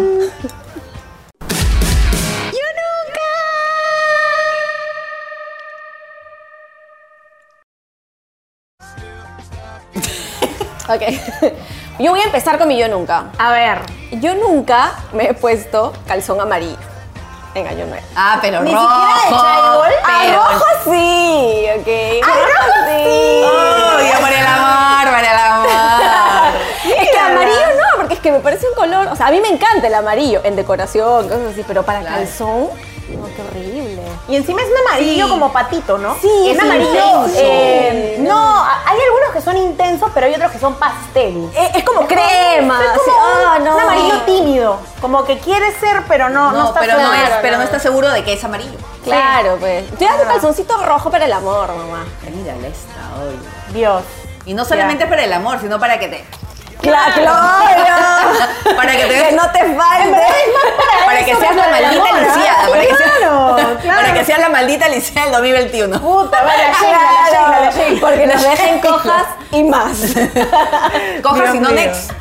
S1: Ok. Yo voy a empezar con mi yo nunca.
S3: A ver,
S1: Yo nunca me he puesto calzón amarillo en Año Nuevo.
S2: Ah, pero
S1: Ni
S2: rojo.
S1: siquiera de chaibol. Ah,
S2: pero-
S1: rojo sí, ok. rojo sí.
S2: Ay, amor, el amor, para el amor.
S1: Es que amarillo no, porque es que me parece un color. O sea, a mí me encanta el amarillo en decoración, cosas así, pero para
S2: Claro.
S1: calzón. No, qué horrible.
S3: y encima es un amarillo
S2: Sí.
S3: como patito, ¿no?
S1: Sí,
S3: es,
S1: es
S3: amarillo.
S1: intenso.
S3: eh, no, a- hay algunos que son intensos, pero hay otros que son pastel.
S1: Eh, Es, es como crema.
S3: Es
S1: así,
S3: como un,
S1: ah, no.
S3: un amarillo tímido, como que quiere ser, pero no,
S2: No,
S3: no, está
S2: pero, no
S3: claro,
S2: es, pero
S3: ¿no?
S2: no está seguro de que es amarillo.
S1: Claro, pues. Te das un calzoncito rojo para el amor, mamá.
S2: Mira, la está hoy.
S3: Dios.
S2: Y no solamente para el amor, sino para que te.
S1: Claro,
S2: Para que te.
S1: que no te falte.
S2: para que seas la maldita lisiada. Para que seas-
S3: Claro, claro.
S2: Para que seas la maldita lisiada del 2021.
S3: Puta, vale, la Sheila, la Sheila, la
S1: Claro,
S3: Sheila.
S1: porque nos dejen cojas y más.
S2: Coja
S3: Dios
S2: si no
S3: mío.
S2: next.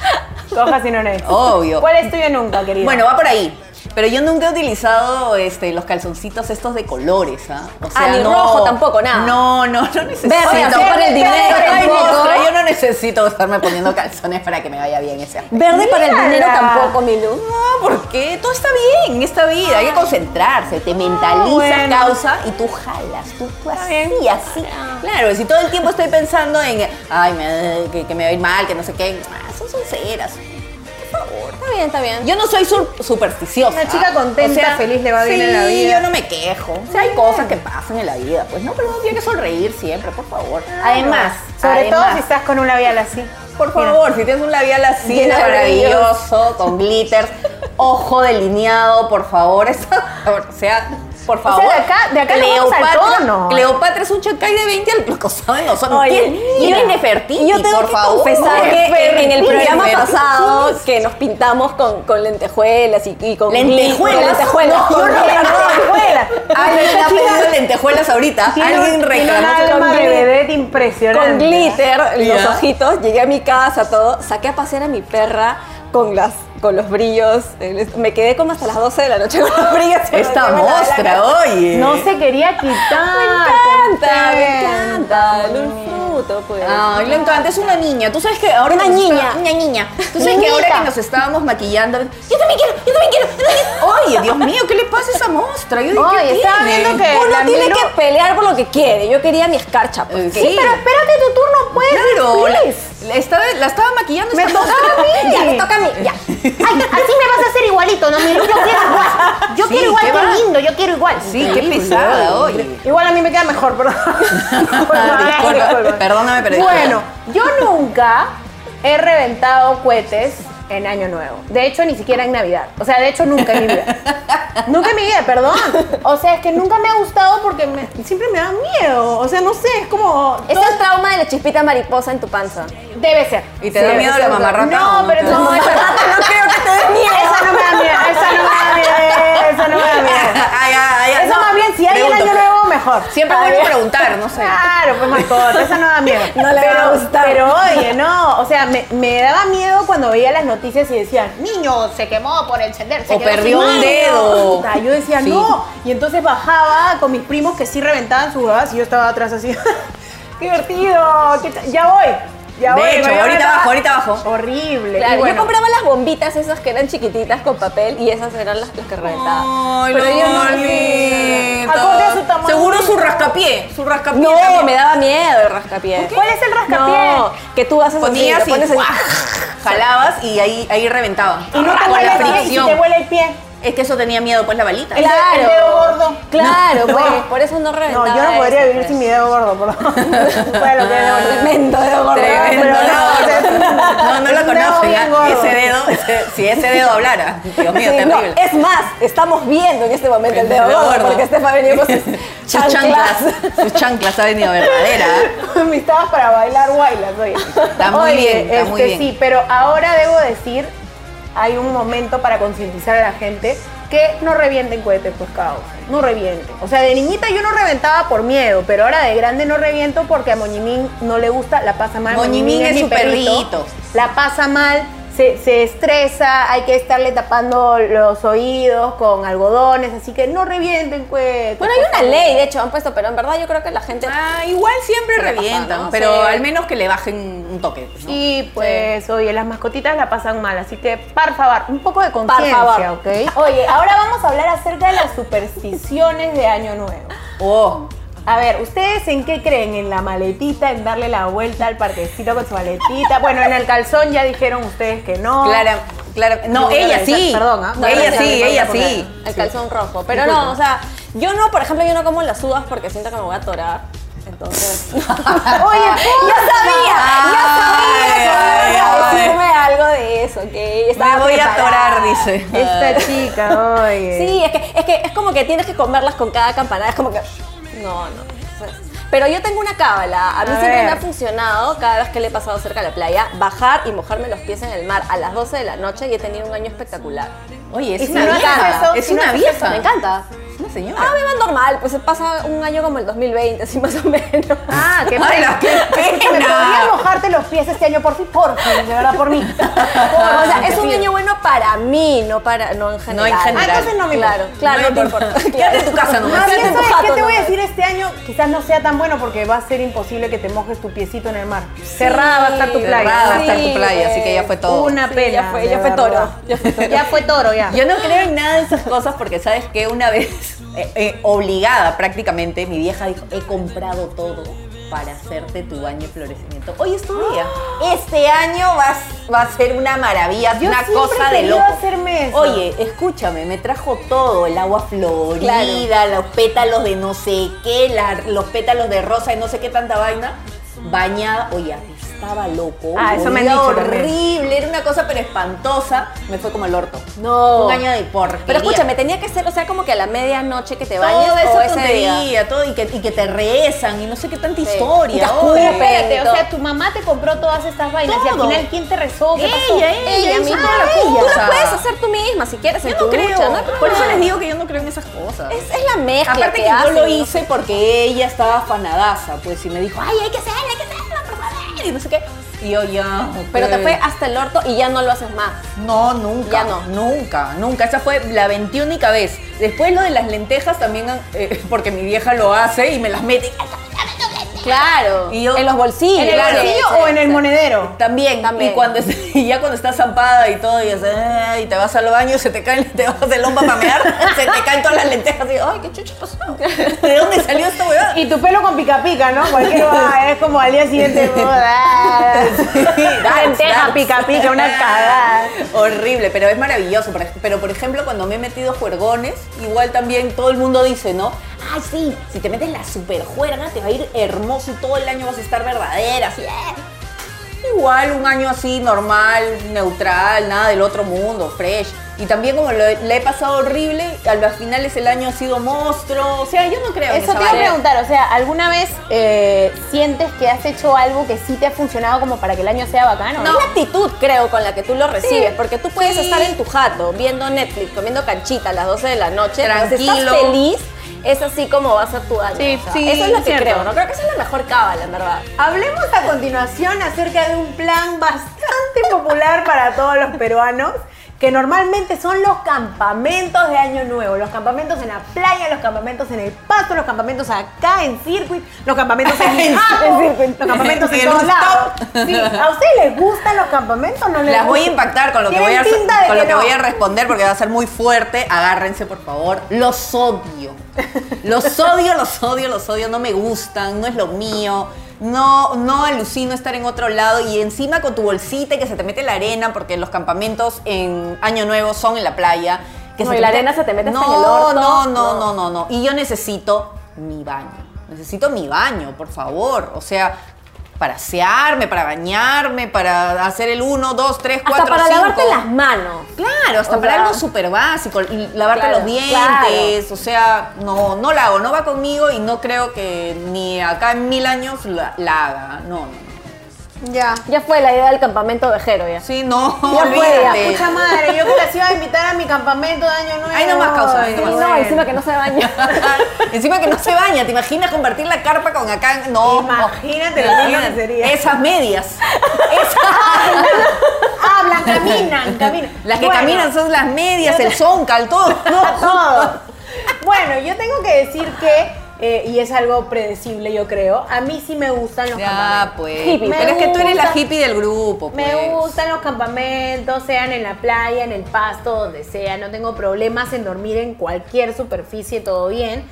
S3: Cojas y no next.
S2: Obvio.
S3: ¿Cuál es tuyo nunca, querida?
S2: Bueno, va por ahí. Pero yo nunca he utilizado este, los calzoncitos estos de colores, ¿ah? O
S1: ni rojo tampoco, nada.
S2: No, no, no necesito.
S1: Verde,
S2: Oye,
S1: tampoco
S2: verde,
S1: el dinero
S2: verde, ay,
S1: tampoco.
S2: Dios, pero yo no necesito estarme poniendo calzones para que me vaya bien ese aspecto.
S1: Verde para el dinero
S3: Mírala.
S1: tampoco, Milu.
S2: No, porque todo está bien en esta vida. Hay que concentrarse.
S1: Ah,
S2: Te mentalizas,
S3: bueno.
S2: causa y tú jalas. Tú, tú así,
S3: bien.
S2: así. Claro, si todo el tiempo estoy pensando en, ay, me- que, que me va a ir mal, que no sé qué. Ah, son sinceras.
S1: Está bien, está bien.
S2: Yo no soy sur- supersticiosa.
S3: Una chica contenta, feliz, le va bien
S2: sí,
S3: en la vida.
S2: yo no me quejo. O sea, hay cosas que pasan en la vida, pues no, pero uno tiene que sonreír siempre, por favor. Además,
S3: sobre todo si
S2: además,
S3: estás con un labial así.
S2: por favor, si tienes un labial así
S1: Lleno de
S2: maravilloso, con glitters, ojo delineado, por favor, eso, o sea, por favor.
S3: de acá- de acá nos vamos al tono.
S2: Cleopatra es un chacay de 20 al costado de nosotros.
S1: Oye,
S2: ¿Quién? ¿Quién
S1: mira,
S2: es Nefertiti,
S1: Yo tengo
S2: por
S1: que
S2: favor?
S1: confesar que en- en el
S2: Nefertiti,
S1: programa
S2: Nefertiti.
S1: pasado que nos pintamos con, con lentejuelas y, y con
S2: Lentejuelas.
S1: con lentejuelas.
S2: No,
S1: con
S2: no,
S1: lentejuelas.
S3: Abuela,
S2: Alguien
S3: esta
S2: ha
S3: chica
S2: pedido lentejuelas ahorita.
S3: tiene un-
S2: Alguien
S3: tiene un
S2: reclamó.
S3: alma de
S1: glit-
S3: vedette impresionante.
S1: Con glitter, los
S2: Ya.
S1: ojitos, llegué a mi casa, todo, saqué a pasear a mi perra con las con los brillos, eh, les- me quedé como hasta las 12 de la noche con los brillos.
S2: Esta
S1: Me la-
S2: mostra, oye.
S3: No se quería quitar.
S1: Me encanta, me encanta, el fruto, pues.
S2: Ay, le encanta, es una niña. Tú sabes que ahora
S1: Una
S2: que nos
S1: niña.
S2: Una niña. Tú sabes que
S1: Niñita.
S2: ahora que nos estábamos maquillando. Yo también quiero, yo también quiero, yo también quiero. Oye, Dios mío, ¿qué le pasa a esa mostra? Yo dije,
S3: Oye,
S2: ¿qué
S3: estaba
S2: tiene?
S3: viendo que-
S1: Uno
S3: la
S1: tiene
S3: Milu-
S1: que pelear por lo que quiere. Yo quería mi escarcha, pues.
S2: Eh,
S1: ¿qué?
S2: sí.
S3: Pero espérate tu turno, pues.
S2: Claro, la,
S3: please.
S2: la estaba, la estaba maquillando.
S3: Me
S2: esta
S3: tocaba
S2: mostra.
S3: a mí.
S1: Ya, me toca a mí, ya.
S3: Ay, así me vas a hacer igualito, no, mi yo quiero igual.
S2: Sí, ¿qué va?
S3: yo quiero igual.
S2: Sí, qué pesada, oye.
S3: Igual a mí me queda mejor, perdón.
S2: Disculpa, perdóname, pero disculpa.
S3: Bueno, yo nunca he reventado cohetes en Año Nuevo. De hecho, ni siquiera en Navidad. O sea, de hecho, nunca en mi vida. nunca en mi vida, perdón. O sea, es que nunca me ha gustado porque me- siempre me da miedo. O sea, no sé, es como...
S1: Ese es el trauma de la chispita mariposa en tu panza.
S3: Debe ser.
S2: ¿Y te da miedo
S3: debe ser.
S2: la mamarrata o
S3: No,
S2: no
S3: pero
S2: te da
S3: no,
S2: miedo?
S3: esa rata no creo que te dé miedo. Esa no me da miedo, esa no me da miedo, esa no me da miedo.
S2: Ay, ay, ay,
S3: Eso
S2: no,
S3: más bien, si hay el
S2: pregunto.
S3: año nuevo, mejor.
S2: Siempre
S3: A
S2: voy a
S3: ver.
S2: preguntar, no sé.
S3: Claro, pues mascota, esa no da miedo.
S1: No le va a
S3: pero,
S1: gustar.
S3: Pero oye, no, o sea, me, me daba miedo cuando veía las noticias y decían, niño, se quemó por encender, se
S2: O
S3: quedó
S2: perdió
S3: sin
S2: un
S3: mano".
S2: dedo.
S3: Puta, Yo decía,
S2: Sí.
S3: no. Y entonces bajaba con mis primos que sí reventaban sus huevadas y yo estaba atrás así. ¡Qué divertido! qué ch- ya voy. Ya
S2: De
S3: voy.
S2: hecho,
S3: me
S2: ahorita
S3: iba a-
S2: abajo, ahorita abajo.
S3: Horrible.
S1: Claro,
S3: Y bueno,
S1: yo compraba las bombitas esas que eran chiquititas con papel y esas eran las, las que reventaba.
S2: Ay,
S1: Pero yo no-
S2: Lolita.
S3: Acorde a su tamaño.
S2: Seguro su rascapié. Su rascapié.
S1: No,
S2: también.
S1: me daba miedo el rascapié.
S3: ¿Cuál es el rascapié?
S1: No, que tú haces
S2: Ponías
S1: así,
S2: y
S1: lo pones así.
S2: ¡guau! jalabas y ahí, ahí reventaba.
S3: Y no te
S2: Con
S3: huele
S2: la
S3: el pie, y si
S2: fricción.
S3: te huele el pie.
S2: Es que eso tenía miedo, pues la balita.
S3: El-
S1: Claro.
S3: dedo gordo.
S1: Claro, pues, por eso no
S3: No,
S1: reventaba
S3: yo no podría
S1: eso,
S3: vivir
S1: pues.
S3: sin mi dedo gordo, por favor. Bueno, que dedo gordo.
S1: Tremendo dedo gordo.
S2: Tremendo
S3: pero
S2: dedo
S3: no,
S2: gordo.
S3: o sea,
S2: no, no
S3: es
S2: lo
S3: un
S2: conozco
S3: dedo
S2: ya.
S3: bien gordo.
S2: Ese dedo, ese- si ese dedo hablara, Dios mío,
S1: Sí, no,
S2: terrible.
S1: es más, estamos viendo en este momento el dedo
S2: El dedo
S1: gordo,
S2: gordo.
S1: porque Estefa ha venido con sus
S2: sus chanclas,
S1: chanclas.
S2: sus chanclas ha venido ¿eh? verdadera.
S3: Amistades para bailar guaylas, oye.
S2: Está muy
S3: Oye,
S2: bien, está muy
S3: este,
S2: bien.
S3: Sí, pero ahora debo decir, hay un momento para concientizar a la gente que no revienten cohetes, pues caos. No revienten. O sea, de niñita yo no reventaba por miedo, pero ahora de grande no reviento porque a Moñimín no le gusta, la pasa mal.
S2: Moñimín es
S3: mi
S2: su perrito.
S3: La pasa mal. Se, se estresa, hay que estarle tapando los oídos con algodones, así que no revienten cohetes.
S1: Bueno, hay
S3: por
S1: una
S3: favor.
S1: ley, de hecho, han puesto, pero en verdad yo creo que la gente...
S2: Ah, igual siempre
S1: Pero
S2: revientan,
S1: capaz, ¿no?
S2: pero
S1: Sí.
S2: al menos que le bajen un toque. ¿no?
S3: Y pues, oye, las mascotitas la pasan mal, así que, por favor, un poco de
S1: favor.
S3: conciencia, ¿ok? Oye, ahora vamos a hablar acerca de las supersticiones de Año Nuevo.
S2: Oh,
S3: A ver, ¿ustedes en qué creen? ¿En la maletita? ¿En darle la vuelta al parquecito con su maletita? Bueno, en el calzón ya dijeron ustedes que no.
S2: Clara, Clara, no,
S3: No,
S2: ella
S3: Oh. Clara,
S2: sí.
S3: perdón, ¿ah?
S2: No, ella
S3: Clara,
S2: sí,
S3: perdón,
S2: ella
S3: porque-
S2: sí.
S1: El calzón rojo. Pero no, o sea, yo no, por ejemplo, yo no como las uvas porque siento que me voy a atorar. Entonces. Oye, yo sabía, yo sabía
S2: Ay,
S1: que ibas a
S2: ay.
S1: decirme algo de eso, que estaba
S2: Me Ah, voy a
S1: preparada.
S2: atorar, dice.
S3: Esta chica, oye.
S1: Sí, es que, es que es como que tienes que comerlas con cada campanada. Es como que. No, no. pues, Pero yo tengo una cábala. A mí
S3: A
S1: siempre
S3: ver.
S1: me ha funcionado cada vez que le he pasado cerca de la playa, bajar y mojarme los pies en el mar a las 12 de la noche y he tenido un año espectacular.
S2: Oye,
S3: Y
S2: es
S3: si
S2: una
S3: no haces
S2: vieja.
S3: eso,
S2: Es
S3: si no
S2: una
S3: haces eso,
S2: vieja.
S1: Me encanta.
S2: Es una señora.
S1: Ah, me va normal, pues pasa un año como el 2020, así más o menos.
S3: Ah, qué
S2: Ay, la- qué
S3: ¿Me podrías
S2: pena.
S3: mojarte los pies este año por fin? Por fin, de verdad, por mí.
S1: o sea, es un año bueno para mí, no para no en general.
S2: No en general.
S3: Ah, entonces no me
S1: Claro,
S3: importa.
S1: claro, no,
S2: No
S1: te
S2: importa.
S1: importa.
S2: Quédate en tu casa nomás.
S3: Más
S1: Quédate
S3: bien,
S1: en tu
S3: ¿sabes
S1: jato
S3: qué te voy a
S1: nomás.
S3: decir este año? Quizás no sea tan bueno porque va a ser imposible que te mojes tu piecito en el mar. Cerrada va a estar tu playa.
S2: Cerrada va a estar
S1: Sí,
S2: tu playa, así que ya fue todo.
S3: Una
S1: Sí,
S3: pena.
S1: ya fue- ya
S3: de
S1: fue toro,
S3: verdad.
S1: ya fue toro.
S3: Ya fue toro, ya.
S2: Yo no creo en nada de esas cosas porque sabes que una vez eh, eh, obligada prácticamente mi vieja dijo he comprado todo para hacerte tu baño de florecimiento. Hoy es tu día. Este año vas, va a ser una maravilla,
S3: Yo
S2: una
S3: siempre
S2: cosa
S3: he
S2: de
S3: querido
S2: loco.
S3: hacerme eso.
S2: Oye, escúchame, me trajo todo, el agua florida, los pétalos de no sé qué, la- los pétalos de rosa y no sé qué tanta vaina, bañada, oye, estaba loco,
S3: Ah, eso me han
S2: olía
S3: dicho también.
S2: horrible, era una cosa pero espantosa, me fue como el orto.
S1: No.
S2: Un año de porquería.
S1: Pero escúchame, tenía que ser, o sea, como que a la medianoche que te bañes
S2: todo
S1: o
S2: eso
S1: ese día.
S2: tontería, todo, y que, y que te rezan, y no sé qué tanta
S1: Sí. Y te
S2: historia.
S1: escupen.
S2: oye.
S3: Espérate, o sea, tu mamá te compró todas estas vainas y al
S2: Todo.
S3: final, ¿quién te rezó? ¿Qué pasó?
S2: Ella, ella,
S1: Ella
S2: hizo
S1: misma.
S2: toda la
S1: Tú
S2: cosa.
S1: lo puedes hacer tú misma si quieres en
S2: Yo
S1: tu
S2: no creo.
S1: ducha, no hay
S2: Por eso
S1: problema.
S2: les digo que yo no creo en esas cosas.
S1: Es, es la mezcla
S2: Aparte que yo
S1: hacen,
S2: lo
S1: ¿no?
S2: hice porque ella estaba afanadaza, pues, y me dijo, ay, hay que hacerlo, hay que hacerlo, por favor, y no sé qué. Y yo ya.
S1: Pero te
S2: ok.
S1: fue hasta el orto y ya no lo haces más.
S2: No, nunca.
S1: Ya no.
S2: Nunca, nunca. Esa fue la veintiúnica vez. Después lo de las lentejas también, eh, porque mi vieja lo hace y me las mete.
S1: Claro.
S2: Y yo-
S1: en los bolsillos.
S3: ¿En el
S2: Claro.
S3: bolsillo
S1: Sí,
S3: o
S1: sí,
S3: en el
S1: sí.
S3: monedero?
S2: También,
S1: También.
S2: Y, cuando, y ya cuando estás zampada y todo, y, haces, "Ah", y te vas al baño, se te caen, te vas del lomba para mear, se te caen todas las lentejas. Y, ay, qué chucha pasó. ¿De dónde salió esta huevada?
S3: Y tu pelo con pica pica, ¿no? Cualquier va, es como al día siguiente. boda. Lenteja
S2: Dance,
S3: pica pica, una cagada.
S2: Horrible, pero es maravilloso. Por ej- Pero por ejemplo, cuando me he metido juergones, igual también todo el mundo dice, ¿no? Ay, sí, si te metes la super juerga, te va a ir hermoso y todo el año vas a estar verdadera, así. eh. Igual un año así, normal, neutral, nada del otro mundo, fresh. Y también como lo he- la he pasado horrible, a los finales el año ha sido monstruo. O sea, yo no creo en
S3: Eso
S2: esa
S3: te iba a
S2: vaina.
S3: preguntar, o sea, ¿alguna vez eh, sientes que has hecho algo que sí te ha funcionado como para que el año sea bacano?
S1: No. Es la actitud, creo, con la que tú lo recibes. Porque tú puedes
S2: Sí.
S1: estar en tu jato, viendo Netflix, comiendo canchita a las 12 de la noche. pero Si
S2: Tranquilo.
S1: estás feliz, es así como va a ser tu año.
S3: Sí,
S1: o sea,
S3: sí,
S1: Eso es lo que
S3: cierto.
S1: creo, ¿no? Creo que esa es la mejor cábala, en verdad.
S3: Hablemos a continuación acerca de un plan bastante popular para todos los peruanos, que normalmente son los campamentos de Año Nuevo, los campamentos en la playa, los campamentos en el pasto, los campamentos acá en circuit, los campamentos en
S2: En
S3: Jaco,
S2: circuit.
S3: los campamentos en
S2: En
S3: todos
S2: rooftop.
S3: lados. Sí, ¿A ustedes les gustan los campamentos? o No les
S2: Las voy a
S3: gustan?
S2: impactar con lo que voy
S3: Tienen
S2: a,
S3: pinta de
S2: con lo que
S3: no.
S2: voy a responder porque va a ser muy fuerte. Agárrense, por favor. Los odio. Los odio, los odio, los odio. No me gustan, no es lo mío. No, no alucino estar en otro lado y encima con tu bolsita y que se te mete la arena porque los campamentos en Año Nuevo son en la playa.
S1: Que
S2: No,
S1: se
S2: y
S1: te
S2: la
S1: mete-
S2: arena se te mete hasta
S1: No,
S2: en el orto.
S1: no, no, no,
S2: no, no. Y yo necesito mi baño. Necesito mi baño, por favor. O sea, para asearme, para bañarme, para hacer el 1, 2, 3, 4,
S1: Hasta
S2: 5.
S1: para lavarte las manos.
S2: Claro, hasta
S1: O
S2: para
S1: sea-
S2: algo súper básico, y lavarte
S1: Claro,
S2: los dientes, o sea, no, no la hago, no va conmigo y no creo que ni acá en mil años la, la haga, no, no.
S3: Ya.
S1: Ya fue la idea del campamento vejero ya.
S2: Sí, no,
S1: Ya fue, ya,
S2: olvídate.
S3: Pucha madre, yo que las iba a invitar a mi campamento de año nuevo.
S2: Ahí nomás, causa, ahí
S1: Sí,
S2: nomás.
S1: no, encima que no se baña.
S2: Ah, Encima que no se baña, ¿te imaginas compartir la carpa con acá? No,
S3: Imagínate
S2: no,
S3: lo lindo
S2: imagínate.
S3: que sería.
S2: Esas medias.
S3: Hablan, caminan, caminan.
S2: Las que
S3: Bueno.
S2: caminan son las medias, el zoncal, todo.
S3: Todo. Bueno, yo tengo que decir que, eh, y es algo predecible, yo creo, a mí sí me gustan los
S2: Ya,
S3: campamentos.
S2: pues.
S1: Hippie.
S2: Pero es que tú eres la
S3: gusta-
S2: hippie del grupo, pues.
S3: Me gustan los campamentos, sean en la playa, en el pasto, donde sea. No tengo problemas en dormir en cualquier superficie, todo bien.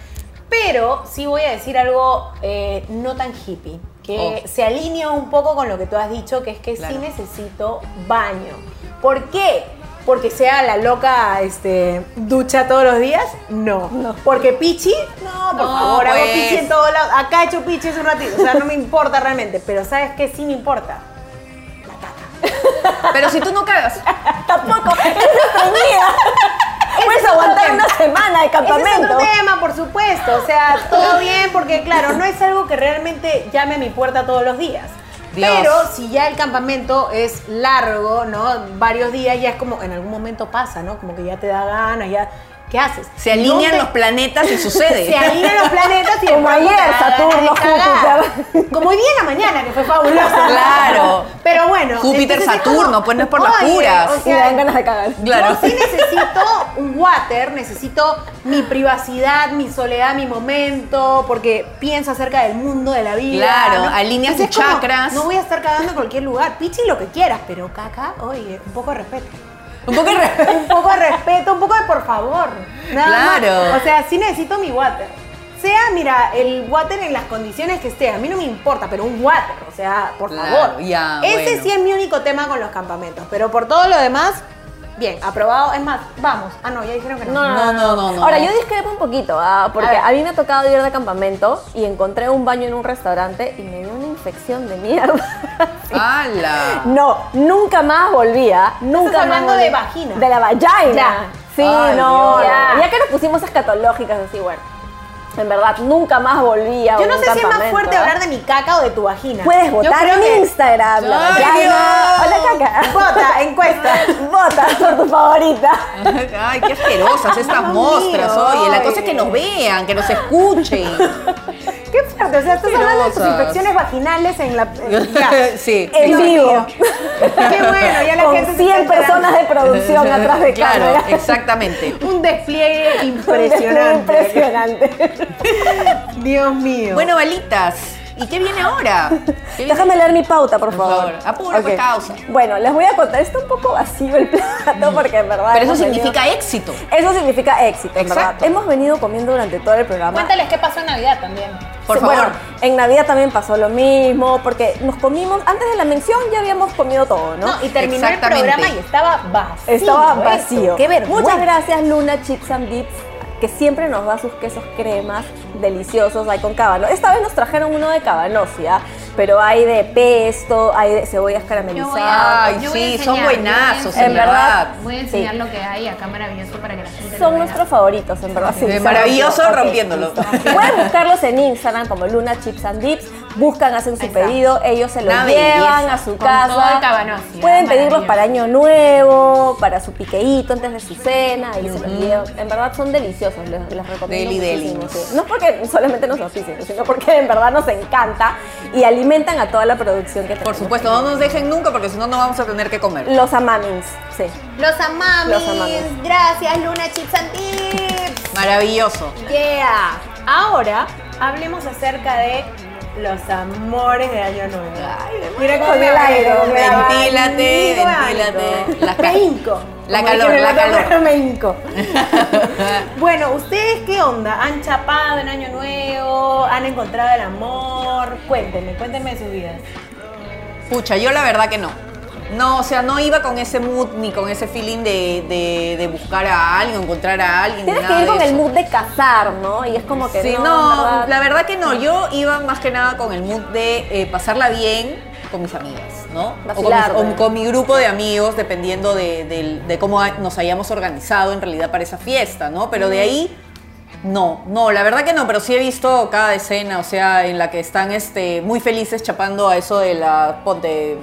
S3: Pero sí voy a decir algo eh, no tan hippie, que
S2: Oh.
S3: se alinea un poco con lo que tú has dicho, que es que
S2: Claro.
S3: sí necesito baño. ¿Por qué? Porque sea la loca este, ducha todos los días, no. Porque pichi, no, por
S2: No,
S3: favor, hago
S2: pues.
S3: pichi en todos lados. Acá he hecho pichi hace un ratito, o sea, no me importa realmente. Pero ¿sabes qué? Sí me importa.
S2: Pero si tú no cagas.
S1: Tampoco. Puedes aguantar una semana de
S3: Ese es
S1: campamento.
S3: otro tema, por supuesto. O sea, todo bien, porque claro, no es algo que realmente llame a mi puerta todos los días.
S2: Dios.
S3: Pero si ya el campamento es largo, ¿no? Varios días ya es como, en algún momento pasa, ¿no? Como que ya te da ganas, ya. ¿Qué haces?
S2: Se alinean
S3: No
S2: los
S3: te-
S2: planetas y sucede.
S3: se alinean los planetas y
S1: Como
S3: después
S1: ayer,
S3: te da
S1: Saturno,
S3: ganas de cagar. Como hoy día en la mañana, que fue fabuloso.
S2: Claro.
S3: Pero bueno.
S2: Este Júpiter,
S3: entonces es como,
S2: Saturno, pues no es por las
S3: oye,
S2: puras.
S3: o
S1: Y le
S3: sea,
S1: dan ganas de cagar.
S2: Claro.
S3: yo sí necesito un water, necesito mi privacidad, mi soledad, mi momento, porque pienso acerca del mundo, de la vida.
S2: Claro, alinea
S3: Entonces
S2: tus
S3: es como,
S2: chakras.
S3: no voy a estar cagando en cualquier lugar, pichi lo que quieras, pero caca, oye, un poco de respeto.
S2: Un poco de re-
S3: Un poco de respeto, un poco de por favor. nada más.
S2: Claro.
S3: O sea, sí necesito mi water. Sea, mira, el water en las condiciones que esté, a mí no me importa, pero un water, o sea, por
S2: Claro,
S3: favor.
S2: ya,
S3: Ese
S2: bueno.
S3: sí es mi único tema con los campamentos, pero por todo lo demás, bien, aprobado. Es más, vamos. Ah, no, ya dijeron que no.
S2: No, no, no, no.
S1: Ahora, yo discrepo un poquito, ah, porque
S3: A ver.
S1: a, mí me ha tocado ir de campamento y encontré un baño en un restaurante y me dio una infección de mierda.
S2: ¡Hala!
S1: No, nunca más volvía. Nunca
S3: Estás hablando
S1: más volví.
S3: de vagina.
S1: De la vagina.
S3: Ya.
S1: Sí,
S2: Ay,
S1: no.
S2: Dios.
S1: Ya. ya que nos pusimos escatológicas así, bueno. En verdad, nunca más volvía.
S3: Yo no sé si es más fuerte hablar de mi caca o de tu vagina.
S1: ¿eh? Puedes
S3: Yo
S1: votar
S3: creo
S1: en
S3: que-
S1: Instagram. la
S2: Ay,
S1: vagina.
S2: Dios.
S1: Hola, caca.
S3: Vota, encuesta.
S1: Vota por tu favorita.
S2: Ay, qué asquerosas estas
S3: Dios
S2: mostras,
S3: mío,
S2: oye. La cosa es
S3: oye.
S2: que nos vean, que nos escuchen.
S3: Qué fuerte, o sea, estás hablando de tus
S2: Asquerosas.
S3: infecciones vaginales en la... en- ya.
S2: Sí.
S1: En
S3: Dios
S1: vivo.
S3: mío. Qué bueno, ya la
S1: Con
S3: gente se
S1: 100
S3: está enterando.
S1: personas de producción atrás de
S2: Claro,
S1: cámara.
S2: exactamente.
S3: Un despliegue impresionante.
S1: Impresionante.
S3: Dios mío.
S2: Bueno, balitas, ¿y qué viene ahora? ¿Qué viene?
S1: Déjame leer mi pauta, por
S2: Por
S1: favor.
S2: favor, apura, pues,
S1: Ok.
S2: causa.
S1: Bueno, les voy a contar. Está un poco vacío el plato porque en verdad.
S2: Pero eso
S1: hemos venido-
S2: significa éxito.
S1: Eso significa éxito, en ¿verdad?
S2: Exacto.
S1: Hemos venido comiendo durante todo el programa.
S3: Cuéntales qué pasó en Navidad también.
S2: Por
S1: Sí, bueno,
S2: favor.
S1: en Navidad también pasó lo mismo, porque nos comimos, antes de la mención ya habíamos comido todo, ¿no?
S3: No, y terminó el
S2: Exactamente.
S3: programa y estaba vacío.
S1: Estaba
S3: eso.
S1: vacío.
S3: Qué vergüenza.
S1: Muchas gracias, Luna Chips and Dips, que siempre nos da sus quesos cremas deliciosos ahí con cábano. Esta vez nos trajeron uno de cabanosia, pero hay de pesto, hay de cebollas caramelizadas.
S6: voy a-
S2: Ay,
S6: yo voy a
S2: sí,
S6: enseñar,
S2: son
S6: yo voy a
S2: buenazos,
S6: enseñar.
S2: en verdad.
S6: Voy a enseñar lo que hay acá maravilloso para que la gente lo
S1: Son
S6: vea.
S1: nuestros favoritos, en verdad. sí,
S2: Eh,
S1: son
S2: maravilloso
S1: los- ok,
S2: rompiéndolo.
S1: listo. Pueden buscarlos en Instagram como Luna Chips and Dips. Buscan, hacen su
S6: Ahí está.
S1: pedido, ellos se lo
S2: Una
S1: llevan
S2: belleza,
S1: a su
S6: con todo
S1: casa.
S6: el cabanossi,
S1: Pueden
S6: ¿eh?
S1: pedirlos
S6: Maravilloso.
S1: para Año Nuevo, para su piqueíto antes de su cena. Ahí se los llevan. En verdad son deliciosos, les, les recomiendo.
S2: Deli, deli.
S1: muchísimo, sí. No es porque solamente nos oficien, sino porque en verdad nos encanta y alimentan a toda la producción que tenemos.
S2: Por supuesto, no nos dejen nunca porque si no, no vamos a tener que comer.
S1: Los amamins, sí.
S3: Los amamos.
S1: Los amamos.
S3: Gracias, Luna Chips and Tips.
S2: Maravilloso.
S3: Yeah. Ahora hablemos acerca de los amores de Año Nuevo. Mira
S1: Con el aire,
S3: abro,
S1: con el
S3: me
S1: aire.
S2: Ventílate,
S3: abanico.
S2: ventílate. La ca-
S3: me hinco.
S2: la
S3: Como
S2: calor,
S3: dicen en
S2: la
S3: otra
S2: calor.
S3: mano, Me hinco. bueno, ¿ustedes qué onda? ¿Han chapado en Año Nuevo? ¿Han encontrado el amor? Cuéntenme, cuéntenme de sus vidas.
S2: Pucha, yo la verdad que no. No, o sea, no iba con ese mood ni con ese feeling de, de- de buscar a alguien, encontrar a alguien. ni
S1: Tienes que
S2: nada
S1: ir
S2: de
S1: con el
S2: eso.
S1: mood de cazar, ¿no? Y es como que
S2: Sí,
S1: no,
S2: no,
S1: en verdad. Mm.
S2: la verdad que no. Yo iba más que nada con el mood de eh, pasarla bien con mis amigas, ¿no? O con, mis-
S1: Vacilar, ¿no?
S2: o con mi grupo de amigos, dependiendo de, del- de cómo nos hayamos organizado en realidad para esa fiesta, ¿no? Pero de ahí, no, no, la verdad que no, pero sí he visto cada escena, o sea, en la que están este, muy felices chapando a eso de la, ponte,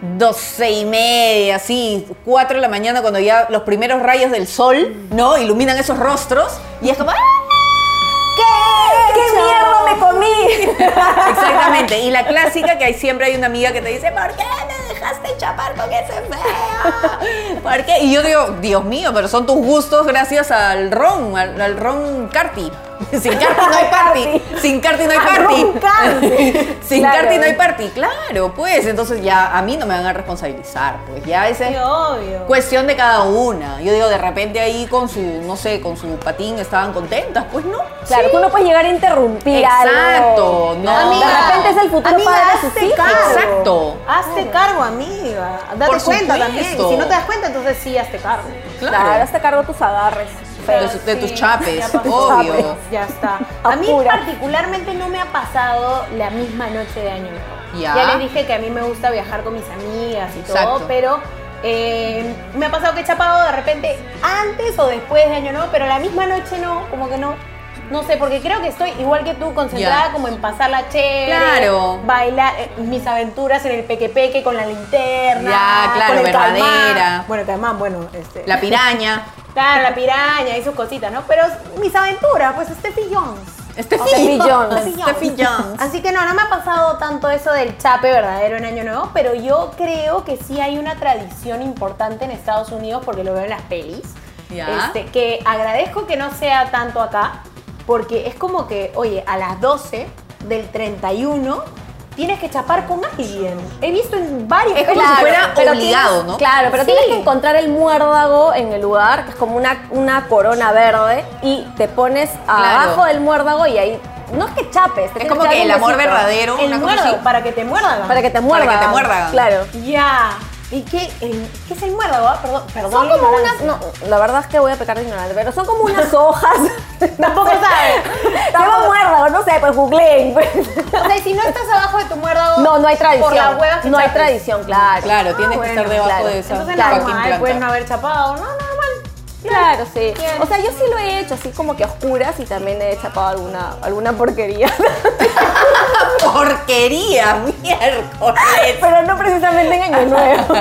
S2: 12 y media, así, 4 de la mañana, cuando ya los primeros rayos del sol, ¿no? Iluminan esos rostros y es como, ¡ah!
S1: ¡Qué mierda me comí!
S2: Exactamente. Y la clásica que hay siempre hay una amiga que te dice, ¿por qué me dejaste chapar con ese feo? ¿Por qué? Y yo digo, Dios mío, pero son tus gustos gracias al ron, al, al ron Carti. Sin Carti no hay party. Sin Carti no hay
S1: Al Ah, ron
S2: party.
S1: Carti.
S2: Sin
S1: Claro.
S2: Carti no hay party. Claro, pues. Entonces ya a mí no me van a responsabilizar. Pues ya ese es
S3: obvio.
S2: cuestión de cada una. Yo digo, de repente ahí con su, no sé, con su patín estaban contentas. Pues no.
S1: Claro, tú no puedes llegar a interrumpir algo.
S2: Exacto, no.
S1: De
S3: Amiga,
S1: repente es el futuro
S3: amiga,
S1: padre de sus
S3: hazte
S1: hijos.
S3: cargo.
S2: Exacto.
S3: Hazte cargo, amiga. Date
S2: Por
S3: cuenta
S2: supuesto.
S3: también. Y si no te das cuenta, entonces sí, hazte cargo.
S1: Claro, hazte cargo de tus agarres.
S2: de, su- de tus chapes,
S3: ya pasó.
S2: obvio.
S3: Ya está.
S1: A
S3: A mí
S1: pura.
S3: particularmente no me ha pasado la misma noche de año nuevo.
S2: Ya.
S3: les dije que a mí me gusta viajar con mis amigas y
S2: Exacto.
S3: todo, pero eh, me ha pasado que he chapado de repente antes o después de año nuevo, pero la misma noche no, como que no. No sé, porque creo que estoy igual que tú, concentrada
S2: Ya.
S3: como en pasarla chévere,
S2: Claro.
S3: bailar eh, mis aventuras en el pequepeque con la linterna,
S2: Ya, claro,
S3: con el caimán.
S2: verdadera.
S3: Bueno, caimán, bueno, este
S2: La piraña.
S3: Claro, la piraña y sus cositas, ¿no? Pero mis aventuras, pues Steffi Jones.
S2: Este
S1: Steffi Jones.
S2: Steffi Jones.
S3: Así que no, no me ha pasado tanto eso del chape verdadero en Año Nuevo, pero yo creo que sí hay una tradición importante en Estados Unidos, porque lo veo en las pelis,
S2: Ya.
S3: este, que agradezco que no sea tanto acá, porque es como que, oye, a las 12 del 31 tienes que chapar con alguien. He visto en varias
S2: Es como
S3: pelis.
S2: si fuera
S1: pero
S2: obligado,
S1: tienes-
S2: ¿no?
S1: Claro, pero tienes
S3: Sí.
S1: que encontrar el muérdago en el lugar, que es como una, una corona verde, y te pones abajo del muérdago y ahí. No es que chapes, te
S2: Es
S1: tienes
S2: como
S1: dar
S2: que
S1: un
S2: el amor
S1: besito.
S2: verdadero,
S3: El
S2: una cosa
S3: muérdago,
S2: así.
S3: para que te muerdan.
S1: Para que te
S2: Para que
S1: muerdan.
S2: te muerdan.
S1: Claro.
S3: Ya. ¿Y qué, el- qué es el muérdago? ah? Perdón, perdón.
S1: Son
S3: la
S1: como
S3: ignorancia.
S1: unas. No, la verdad es que voy a pecar de ignorante, pero son como unas hojas.
S3: Tampoco sabes.
S1: Estaba muérdago, no sé, pues googleen. pues.
S3: O sea, y si no estás abajo de tu muérdago.
S1: No, no hay tradición.
S3: Por las huevas que
S1: no hay
S3: chapes.
S1: tradición, claro.
S2: Claro, tienes que estar debajo
S1: claro.
S2: de esa
S3: Entonces
S1: Claro.
S2: fucking
S3: normal,
S2: planta.
S3: puedes no haber chapado. No, normal.
S1: Claro, sí.
S3: Bien.
S1: O sea, yo sí lo he hecho así como que a oscuras y también he chapado alguna, alguna porquería.
S2: Ah, Porquería, miércoles.
S1: Pero no precisamente en Año Nuevo.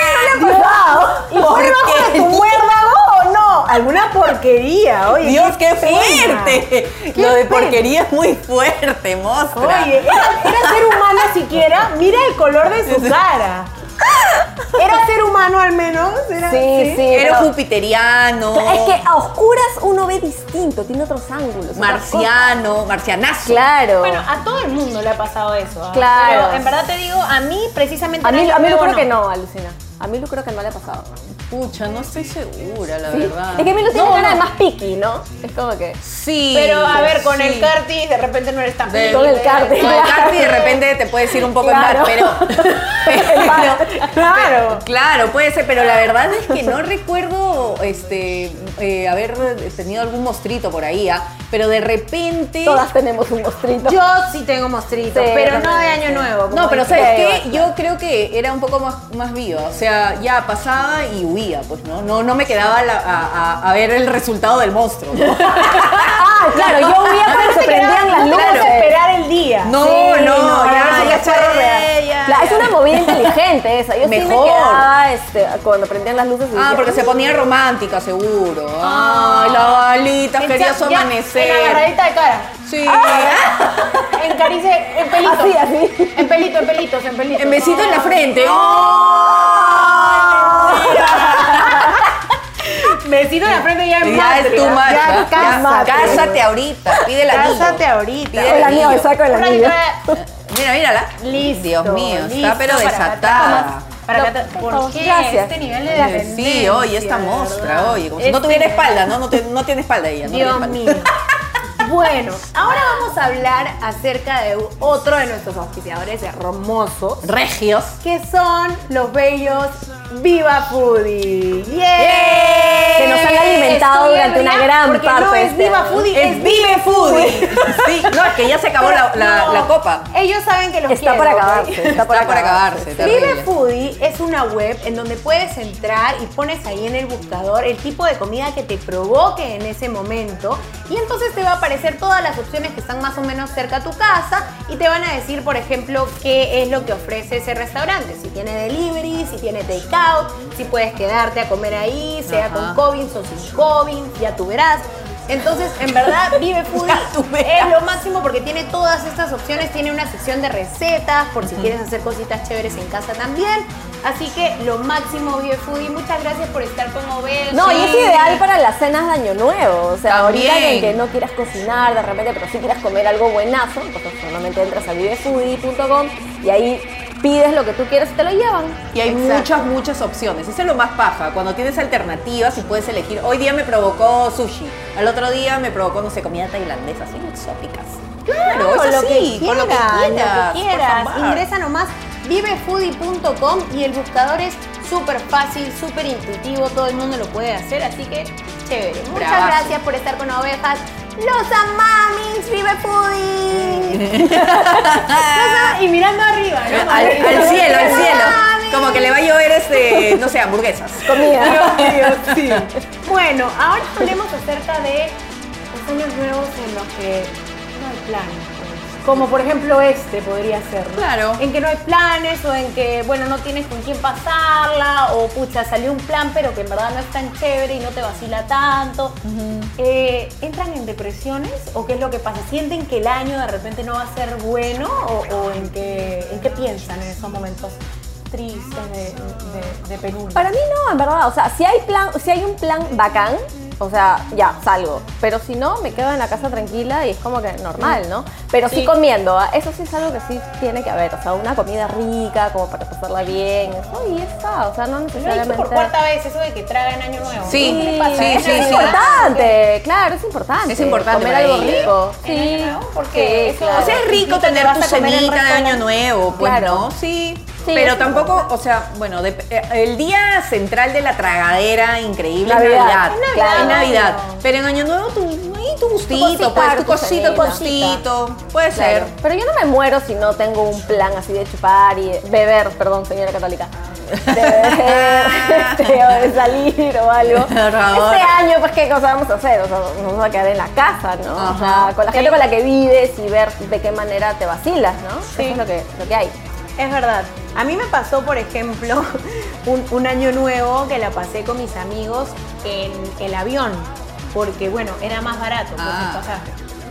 S3: ¿Y fue debajo de tu
S2: Porquería.
S3: muérdago o no? Alguna porquería, oye.
S2: Dios, qué
S3: pena.
S2: fuerte.
S3: Qué
S2: Lo de
S3: pena.
S2: porquería es muy fuerte, mostra.
S3: Oye, ¿era, era ser humana siquiera. Mira el color de su cara. Era ser humano al menos. Era,
S1: Sí, sí.
S2: Era
S1: pero-
S2: jupiteriano,
S1: Es que a oscuras uno ve distinto, tiene otros ángulos. otras cosas.
S2: marciano, marcianazo.
S1: Claro.
S3: Bueno, a todo el mundo le ha pasado eso. ¿ah?
S1: Claro.
S3: Pero en verdad te digo, a mí precisamente.
S1: a mí,
S3: nadie
S1: a mí
S3: me
S1: yo creo
S3: conoce.
S1: que no, Alucina. A mí yo creo que no le ha pasado.
S2: Pucha, no estoy segura, la
S1: ¿Sí?
S2: verdad.
S1: Es que a mí lo tiene
S2: No,
S1: cara de
S2: no.
S1: más piqui, ¿no? Es como que.
S2: Sí.
S3: Pero a ver, con el
S2: sí.
S3: karting de repente no eres tan
S2: De-
S1: Con el karting.
S2: Con el
S1: Claro.
S2: karting de repente te puedes ir un poco
S1: Claro.
S2: en más, pero. pero-
S3: Claro.
S2: Claro, puede ser, pero la verdad es que no recuerdo este, eh, haber tenido algún mostrito por ahí, ¿ah? pero de repente.
S1: Todas tenemos un mostrito.
S3: Yo sí tengo mostrito,
S1: Sí,
S3: pero no de
S1: también,
S3: año
S1: sí.
S3: nuevo. como
S2: No, pero
S3: dice.
S2: ¿sabes
S1: creo,
S2: qué? Yo creo que era un poco más, más viva, o sea, ya pasaba y huía, pues, ¿no? No, no me quedaba la- a, a- a ver el resultado del monstruo. ¿no?
S1: Ah, claro, yo huía porque se prendían las
S3: No
S1: luces.
S3: tenemos que esperar el día.
S2: No,
S1: Sí,
S2: no,
S1: no,
S2: ya,
S1: no,
S2: ya
S1: no,
S2: fue, ya,
S1: Claro, es una movida inteligente esa. Yo sí me
S2: Mejor.
S1: quedaba este, cuando prendían las luces. y
S2: Ah,
S1: decía,
S2: porque se ponía romántica, seguro. Ay, la balita, quería su
S3: Ah. Ya, En
S2: amanecer.
S3: agarradita de cara.
S2: Sí.
S3: En caricia, en pelito.
S1: Ah, Así, así.
S3: En pelito, en pelitos, en pelitos.
S2: En besito en la frente. ¡Oh!
S3: Besito en la frente ya en
S2: Ya es tu
S3: madre.
S2: marca.
S3: Ya cásate.
S2: Cásate ahorita. Pide la
S3: Cásate ahorita.
S2: Pide
S1: El anillo,
S2: anillo.
S1: saco el
S3: Una
S1: anillo.
S3: guitarra-
S2: Mira, mírala.
S3: Listo,
S2: Dios mío,
S3: listo,
S2: está pero
S3: para
S2: desatada.
S3: Para acá te- ¿Por
S1: Vamos,
S3: qué
S1: gracias.
S3: este nivel de ascendencia?
S2: Sí, oye, esta mostra, oye, como si no
S3: Este-
S2: tuviera espalda, ¿no? No, te- no tiene espalda ella. no tiene
S3: Dios
S2: espalda.
S3: mío. Bueno, ahora vamos a hablar acerca de otro de nuestros auspiciadores hermosos,
S2: Regios.
S3: que son los bellos Viva Foodie. ¡Yay!
S1: Que nos han alimentado
S3: Estoy
S1: durante una
S3: arriba
S1: gran
S3: porque
S1: parte
S3: No
S1: de
S3: es
S1: este
S3: Viva
S1: año.
S3: Foodie, es, Viva
S2: Vive Food. Sí, no, es que ya se acabó la, la-
S3: No.
S2: la copa.
S3: Ellos saben que los
S1: Está
S3: quiero,
S1: para
S3: ¿ok?
S1: acabarse, está
S2: Está
S1: para
S2: para acabarse.
S3: Vive
S2: terrible.
S3: Foodie es una web en donde puedes entrar y pones ahí en el buscador el tipo de comida que te provoque en ese momento y entonces te va a aparecer todas las opciones que están más o menos cerca a tu casa y te van a decir, por ejemplo, qué es lo que ofrece ese restaurante, si tiene delivery, si tiene takeout, si puedes quedarte a comer ahí, sea con Covins o sin Covins, ya tú verás. Entonces, en verdad, Vive Foodie
S2: tú verás.
S3: es lo máximo porque tiene todas estas opciones, tiene una sección de recetas por si quieres hacer cositas chéveres en casa también. Así que lo máximo Vive Foodie. Muchas gracias por estar con Obel.
S1: No, y es ideal para las cenas de Año Nuevo. O sea, ahorita que,
S2: También.
S1: que no quieras cocinar de repente, pero sí quieras comer algo buenazo, entonces solamente entras a vivefoodie.com y ahí pides lo que tú quieras y te lo llevan.
S2: Y hay
S1: Exacto.
S2: muchas, muchas opciones. Eso es lo más paja. Cuando tienes alternativas y puedes elegir. Hoy día me provocó sushi. Al otro día me provocó, no sé, comida tailandesa, así exóticas. Claro,
S3: Con
S2: eso
S3: lo,
S2: sí,
S3: que
S2: con lo que
S3: quieras, lo que
S2: quieras. por
S3: quieras.
S2: favor.
S3: Ingresa nomás vivefoodie.com y el buscador es súper fácil, súper intuitivo, todo el mundo lo puede hacer, así que chévere. Muchas
S2: Bravazo.
S3: gracias por estar con ovejas. Los amamins, Vive Foodie. Los am- y mirando arriba, ¿no?
S2: Al, al cielo, al cielo. Como que le va a llover este, no sé, hamburguesas.
S1: Comida.
S3: Bueno, ahora hablemos acerca de los años nuevos en los que no hay planes. pues. Como por ejemplo este podría ser, ¿no?
S2: Claro.
S3: En que no hay planes o en que, bueno, no tienes con quién pasarla o pucha, salió un plan pero que en verdad no es tan chévere y no te vacila tanto. Eh, ¿Entran en depresiones o qué es lo que pasa? ¿Sienten que el año de repente no va a ser bueno o, o en, qué, en qué piensan en esos momentos tristes de, de, de penumbra?
S1: Para mí no, en verdad. O sea, si hay, plan, si hay un plan bacán, o sea, ya, salgo. Pero si no, me quedo en la casa tranquila y es como que normal, ¿no? Pero sí, comiendo, ¿ah? eso sí es algo que sí tiene que haber. O sea, una comida rica, como para pasarla bien. Eso y está, o sea, no
S3: Lo he
S1: necesariamente...
S3: dicho por cuarta vez, eso de que tragan año nuevo.
S2: Sí,
S3: ¿Qué le
S1: Sí,
S3: pasa?
S2: sí,
S1: es
S2: sí, sí.
S1: importante, claro, es importante.
S2: Es importante
S1: Comer
S2: para Pues
S1: algo
S2: ir.
S1: rico.
S3: ¿En
S1: Sí,
S3: Año Nuevo? Porque
S1: sí,
S3: eso-
S1: claro.
S2: O sea, es rico
S3: Rico, te
S2: tener
S3: vas
S2: tu
S3: a comer el
S2: cenita de
S3: resto del
S2: año
S3: año.
S2: nuevo, pues
S1: Claro.
S2: no, sí.
S1: Sí,
S2: pero
S1: es
S2: tampoco, o sea, bueno, de- eh, el día central de la tragadera increíble es
S1: Navidad.
S2: Navidad.
S1: Es
S2: Es
S1: Navidad.
S2: Navidad. Pero en Año Nuevo tu, ahí tu gustito,
S1: cosita,
S2: pues, tu
S1: tu
S2: cosito, tu
S1: cenita.
S2: cosito. Puede ser.
S1: Claro. Pero yo no me muero si no tengo un plan así de chupar y beber, perdón, señora católica. De beber, este, o de salir o algo.
S2: Por favor.
S1: Este año, pues, ¿qué cosa vamos a hacer? O sea, nos vamos a quedar en la casa, ¿no? O sea, con la gente con la que vives y ver de qué manera te vacilas, ¿no? Eso es lo que, lo que hay.
S3: Es verdad. A mí me pasó, por ejemplo, un, un año nuevo que la pasé con mis amigos en el avión. Porque, bueno, era más barato pues,
S2: Ah.
S3: el pasaje.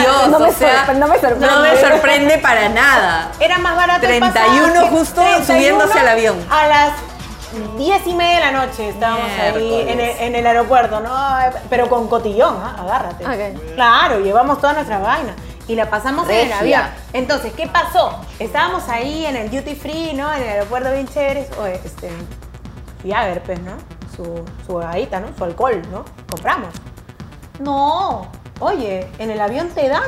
S2: Dios,
S1: No me
S2: o sea,
S1: sorpre- no me sorprende.
S2: No me sorprende para nada.
S3: Era más barato el
S2: 31
S3: pasaje.
S2: justo subiéndose al avión.
S3: A las 10 y media de la noche estábamos ahí
S2: Miércoles.
S3: en el, en el aeropuerto, ¿no? Pero con cotillón, ¿ah? agárrate.
S1: Ok.
S3: Claro, llevamos todas nuestras vainas. Y la pasamos en el
S2: Regia.
S3: avión. Entonces, ¿qué pasó? Estábamos ahí en el duty free, ¿no? En el aeropuerto bien chéveres. O este. Y a ver, pues, ¿no? Su, su bebadita, ¿no? Su alcohol, ¿no? Compramos. No, oye, en el avión te dan.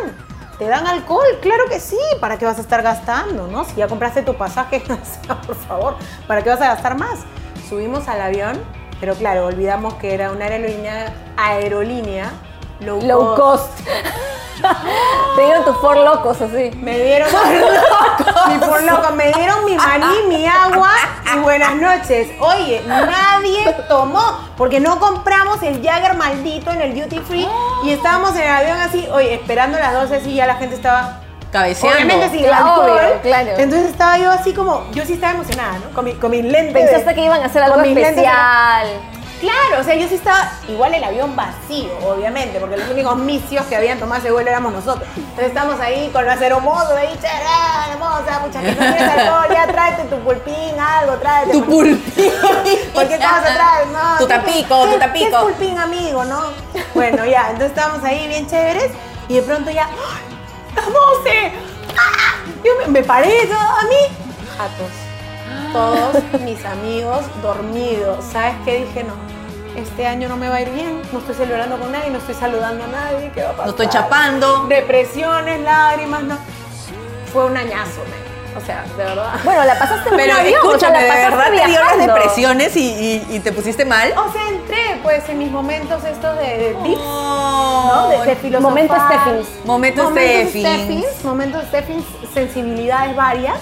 S3: Te dan alcohol, claro que sí. ¿Para qué vas a estar gastando, no? Si ya compraste tu pasaje, o sea, por favor, ¿para qué vas a gastar más? Subimos al avión, pero claro, olvidamos que era una aerolínea, aerolínea low,
S1: Low
S3: cost.
S1: cost. Te dieron tu for locos así.
S3: Me dieron mi por loco, me dieron mi maní, mi agua y buenas noches. Oye, nadie tomó porque no compramos el Jagger maldito en el duty free y estábamos en el avión así, oye, esperando las 12 así ya la gente estaba
S2: Cabeceando.
S3: obviamente sin el
S1: Claro,
S3: alcohol.
S1: claro.
S3: Entonces estaba yo así como, yo sí estaba emocionada, ¿no? Con mi, con mi lente. de-
S1: Pensaste que iban a hacer algo
S3: con mis lentes de-
S1: especial.
S3: Claro, o sea, yo sí estaba igual el avión vacío, obviamente, porque los únicos misios que habían tomado ese vuelo éramos nosotros. Entonces estamos ahí con las hermosas, ahí, chará, hermosa, mucha que no tienes alcohol, ya tráete tu pulpín, algo, tráete.
S2: Tu pulpín.
S3: ¿Por qué te vas a traer? No,
S2: Tu
S3: ¿qué-
S2: tapico,
S3: qué-
S2: tu
S3: ¿Qué es
S2: tapico.
S3: pulpín, amigo, no? Bueno, ya, entonces estábamos ahí bien chéveres y de pronto ya, ¡ah! ¡Las 12! ¡Ah! Yo me, me paré, yo, a mí, jatos. Todos mis amigos dormidos. ¿Sabes qué? Dije, no, este año no me va a ir bien, no estoy celebrando con nadie, no estoy saludando a nadie, ¿qué va a pasar?
S2: No estoy chapando.
S3: Depresiones, lágrimas, no. Fue un añazo, man. o sea, de verdad.
S1: Bueno, la pasaste en
S2: Pero
S1: un avión, o sea,
S2: escúchame,
S1: la
S2: de
S1: pasaste
S2: verdad te dio las
S1: viajando.
S2: depresiones y, y- y te pusiste mal.
S3: O sea, entré pues en mis momentos estos de, de
S2: Oh.
S1: Oh,
S3: deep
S2: No,
S3: ¿no? De, de filosofar.
S1: Momento Stephens.
S2: Momento Stephens.
S3: Stephens, Momentos Stephens, sensibilidades varias.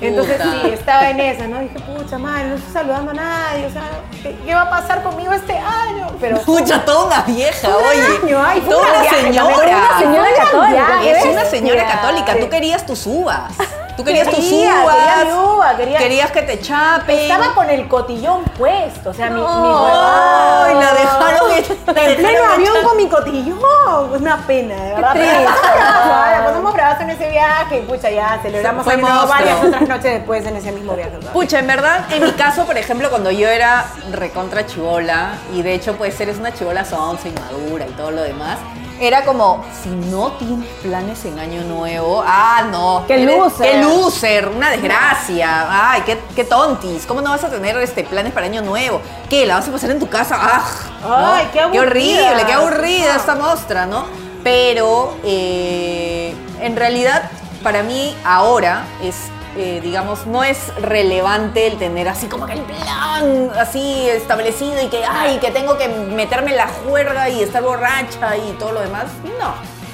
S3: Entonces
S2: Puta.
S3: sí, estaba en esa, ¿no? Dije, pucha madre, no estoy saludando a nadie, o sea, ¿qué, qué va a pasar conmigo este año? Pero
S2: Pucha, toda una vieja, oye.
S3: año, ay, fue
S2: toda
S3: un
S2: una
S3: viaje también,
S2: señora.
S3: fue una
S1: Señora
S3: Fue un
S1: católica.
S3: viaje,
S2: Es
S1: qué
S2: una señora
S3: bestia.
S2: católica. Tú
S3: Sí.
S2: querías tus uvas. Tú querías tus
S3: Quería, quería mi
S2: uvas.
S3: uva, quería-
S2: Querías que te chapen.
S3: Estaba con el cotillón puesto, o sea, mi, mi huevada.
S2: Ay, la dejaron. la
S3: En pleno
S2: dejaron
S3: avión
S2: echar-
S3: con mi cotillón. Pues una pena, de verdad. Pero la pasamos bravazo, la pasamos bravazo pues, en ese viaje y pucha, ya celebramos
S2: Fue
S3: año nuevo
S2: monstruo.
S3: varias otras noches después en ese mismo viaje. ¿verdad?
S2: Pucha, en verdad, en mi caso, por ejemplo, cuando yo era recontra chivola, y de hecho, pues eres una chivola sonsa, inmadura y todo lo demás, era como, si no tienes planes en año nuevo, ah, no.
S1: Qué
S2: eres-
S1: loser.
S2: Qué loser, una desgracia. Ay, qué, qué tontis. ¿Cómo no vas a tener este, planes para año nuevo? ¿Qué? ¿La vas a pasar en tu casa? ¡Ah! ¿no?
S3: Ay, qué aburrida.
S2: horrible, qué aburrida esta mostra, ¿no? Pero eh, en realidad, para mí ahora es, eh, digamos, no es relevante el tener así como que el plan así establecido y que, ay, que tengo que meterme en la juerga y estar borracha y todo lo demás. No.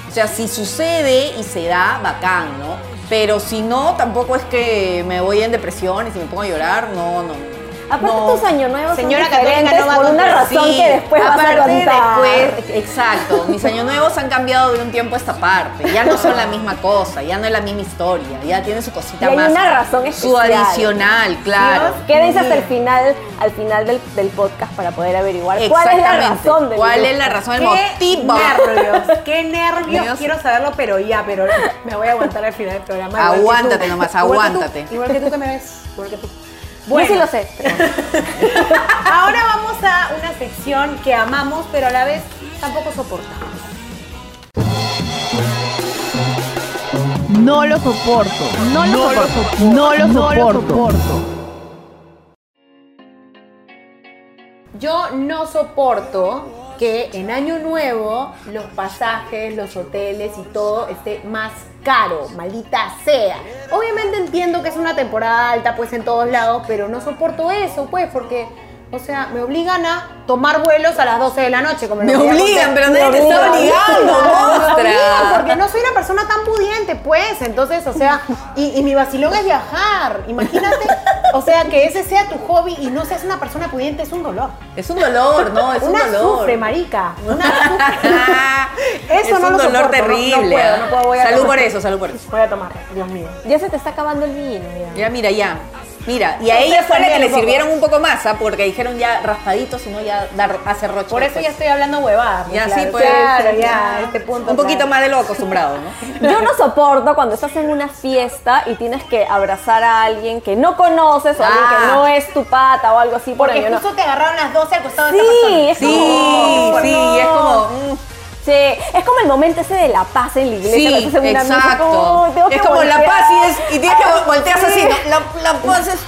S2: O sea, si sucede y se da, bacán, ¿no? Pero si no, tampoco es que me voy en depresión y si me pongo a llorar, no, no.
S1: Aparte
S2: no.
S1: tus años nuevos
S2: Señora
S1: son diferentes
S2: Católica no va a
S1: por una
S2: comprar.
S1: razón
S2: Sí,
S1: que después vas a
S2: aparte
S1: contar.
S2: después- exacto. Mis años nuevos han cambiado de un tiempo a esta parte. Ya no son la misma cosa, ya no es la misma historia, ya tiene su
S1: y
S2: cosita
S1: hay
S2: más.
S1: una razón
S2: su
S1: especial.
S2: adicional, claro.
S1: Quédense hasta el final, al final del, del podcast para poder averiguar cuál es la
S2: Exactamente.
S1: razón del
S2: ¿Cuál
S1: grupo.
S2: es la razón, el
S3: Qué
S2: motivo?
S3: nervios, qué nervios.
S2: Dios.
S3: Quiero saberlo, pero ya, pero me voy a aguantar al final del programa. igual que tú.
S2: Aguántate nomás,
S3: Igual que tú,
S2: aguántate.
S3: Igual que tú que me ves, igual que tú.
S1: Yo sí lo sé.
S3: Ahora vamos a una sección que amamos, pero a la vez tampoco soportamos.
S7: No lo soporto. No lo soporto. No lo soporto.
S3: Yo no soporto que en Año Nuevo los pasajes, los hoteles y todo esté más caro, maldita sea. Obviamente entiendo que es una temporada alta, pues en todos lados, pero no soporto eso, pues, porque, o sea, me obligan a tomar vuelos a las 12 de la noche. Como
S2: Me
S3: lo voy a
S2: obligan,
S3: contar.
S2: pero
S3: Me
S2: nadie te está
S3: obligan.
S2: obligando,
S3: Me obligan,
S2: mostra.
S3: porque no soy una persona tan pudiente, pues. Entonces, o sea, y, y mi vacilón es viajar. Imagínate, o sea, que ese sea tu hobby y no seas una persona pudiente es un dolor.
S2: Es un dolor, no, es
S3: una
S2: un dolor.
S3: sufre, marica. Una sufre. Eso
S2: es
S3: no
S2: un
S3: lo
S2: dolor
S3: soporto, no-
S2: terrible.
S3: No, puedo, no puedo. Voy a
S2: salud
S3: tomar.
S2: por eso, salud por eso.
S3: Voy a tomar, Dios mío.
S1: Ya se te está acabando el vino. ya.
S2: Ya, mira, ya. Mira, y a
S3: Ustedes
S2: ella fue la
S3: también
S2: que le
S3: un poco.
S2: sirvieron un poco más, ¿ah? porque dijeron ya raspadito, si no ya da, hace roche.
S3: Por eso
S2: después.
S3: ya estoy hablando huevada.
S2: pues. Ya, sí, pues.
S3: Claro, ya, a este punto.
S2: Un poquito
S3: claro.
S2: más de lo acostumbrado, ¿no?
S1: Yo no soporto cuando estás en una fiesta y tienes que abrazar a alguien que no conoces o alguien que
S2: Ah.
S1: no es tu pata o algo así. Por
S3: Porque
S1: año, ¿no?
S3: justo te agarraron las 12 al costado de esta
S1: Sí,
S3: persona.
S1: es
S2: Sí,
S1: como...
S2: sí,
S1: no.
S2: es como. mm,
S1: Sí, es como el momento ese de la paz en la iglesia.
S2: Sí,
S1: cuando estás en una misa,
S2: exacto.
S1: como, "Oh, tengo
S2: es
S1: que
S2: como la
S1: voltear.
S2: paz y, es, y tienes que
S1: Ah,
S2: vo- volteas
S1: sí.
S2: así. ¿no? La, la paz es.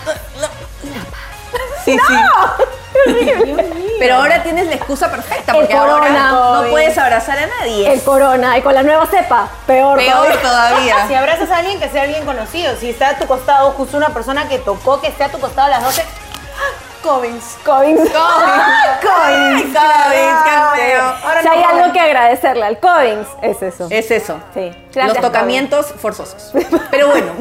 S2: La, la- Sí, sí. Pero ahora tienes la excusa perfecta
S1: El
S2: porque ahora
S1: corona.
S2: no puedes abrazar a nadie.
S1: El corona y con la nueva cepa, peor.
S2: Peor
S1: todavía.
S2: todavía.
S3: Si abrazas a alguien, que sea alguien conocido. Si está a tu costado justo una persona que tocó, que esté a tu costado a las 12. Covins.
S1: Covid.
S2: Coins,
S1: Si hay algo que agradecerle al Covins, es eso.
S2: Es eso.
S1: Sí.
S2: Los
S1: Gracias,
S2: tocamientos forzosos. Pero bueno,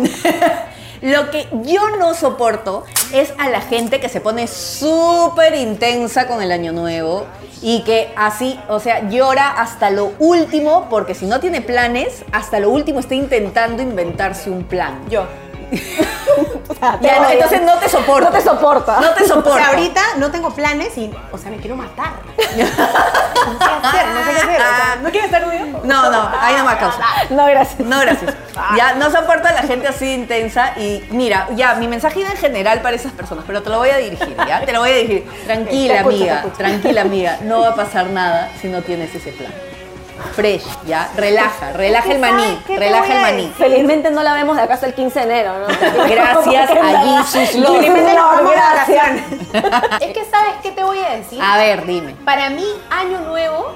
S2: lo que yo no soporto es a la gente que se pone súper intensa con el año nuevo y que así, o sea, llora hasta lo último porque si no tiene planes, hasta lo último está intentando inventarse un plan.
S3: Yo.
S2: Ya, no, entonces no te
S1: No
S2: soporto.
S1: te soporta.
S2: No te soporto.
S3: O sea, ahorita no tengo planes y, o sea, me quiero matar. No sé qué hacer, no sé qué hacer. o sea, ¿No quieres estar conmigo?
S2: No, no, ahí no me causa.
S1: No, gracias.
S2: No, gracias. Ya, no soporto a la gente así intensa y mira, ya, mi mensaje iba en general para esas personas, pero te lo voy a dirigir, ¿ya? Te lo voy a dirigir. Tranquila,
S3: Te escucho, te
S2: amiga,
S3: escucho.
S2: tranquila, amiga, no va a pasar nada si no tienes ese plan. fresh, ya. Relaja, relaja el maní, relaja el maní.
S1: Felizmente no la vemos de acá hasta el 15 de enero, ¿no?
S2: Gracias
S1: Porque en
S2: a
S1: verdad-
S2: Jesus
S1: Felizmente la vamos a dar así.
S3: Es que sabes qué te voy a decir.
S2: A ver, dime.
S3: Para mí, Año Nuevo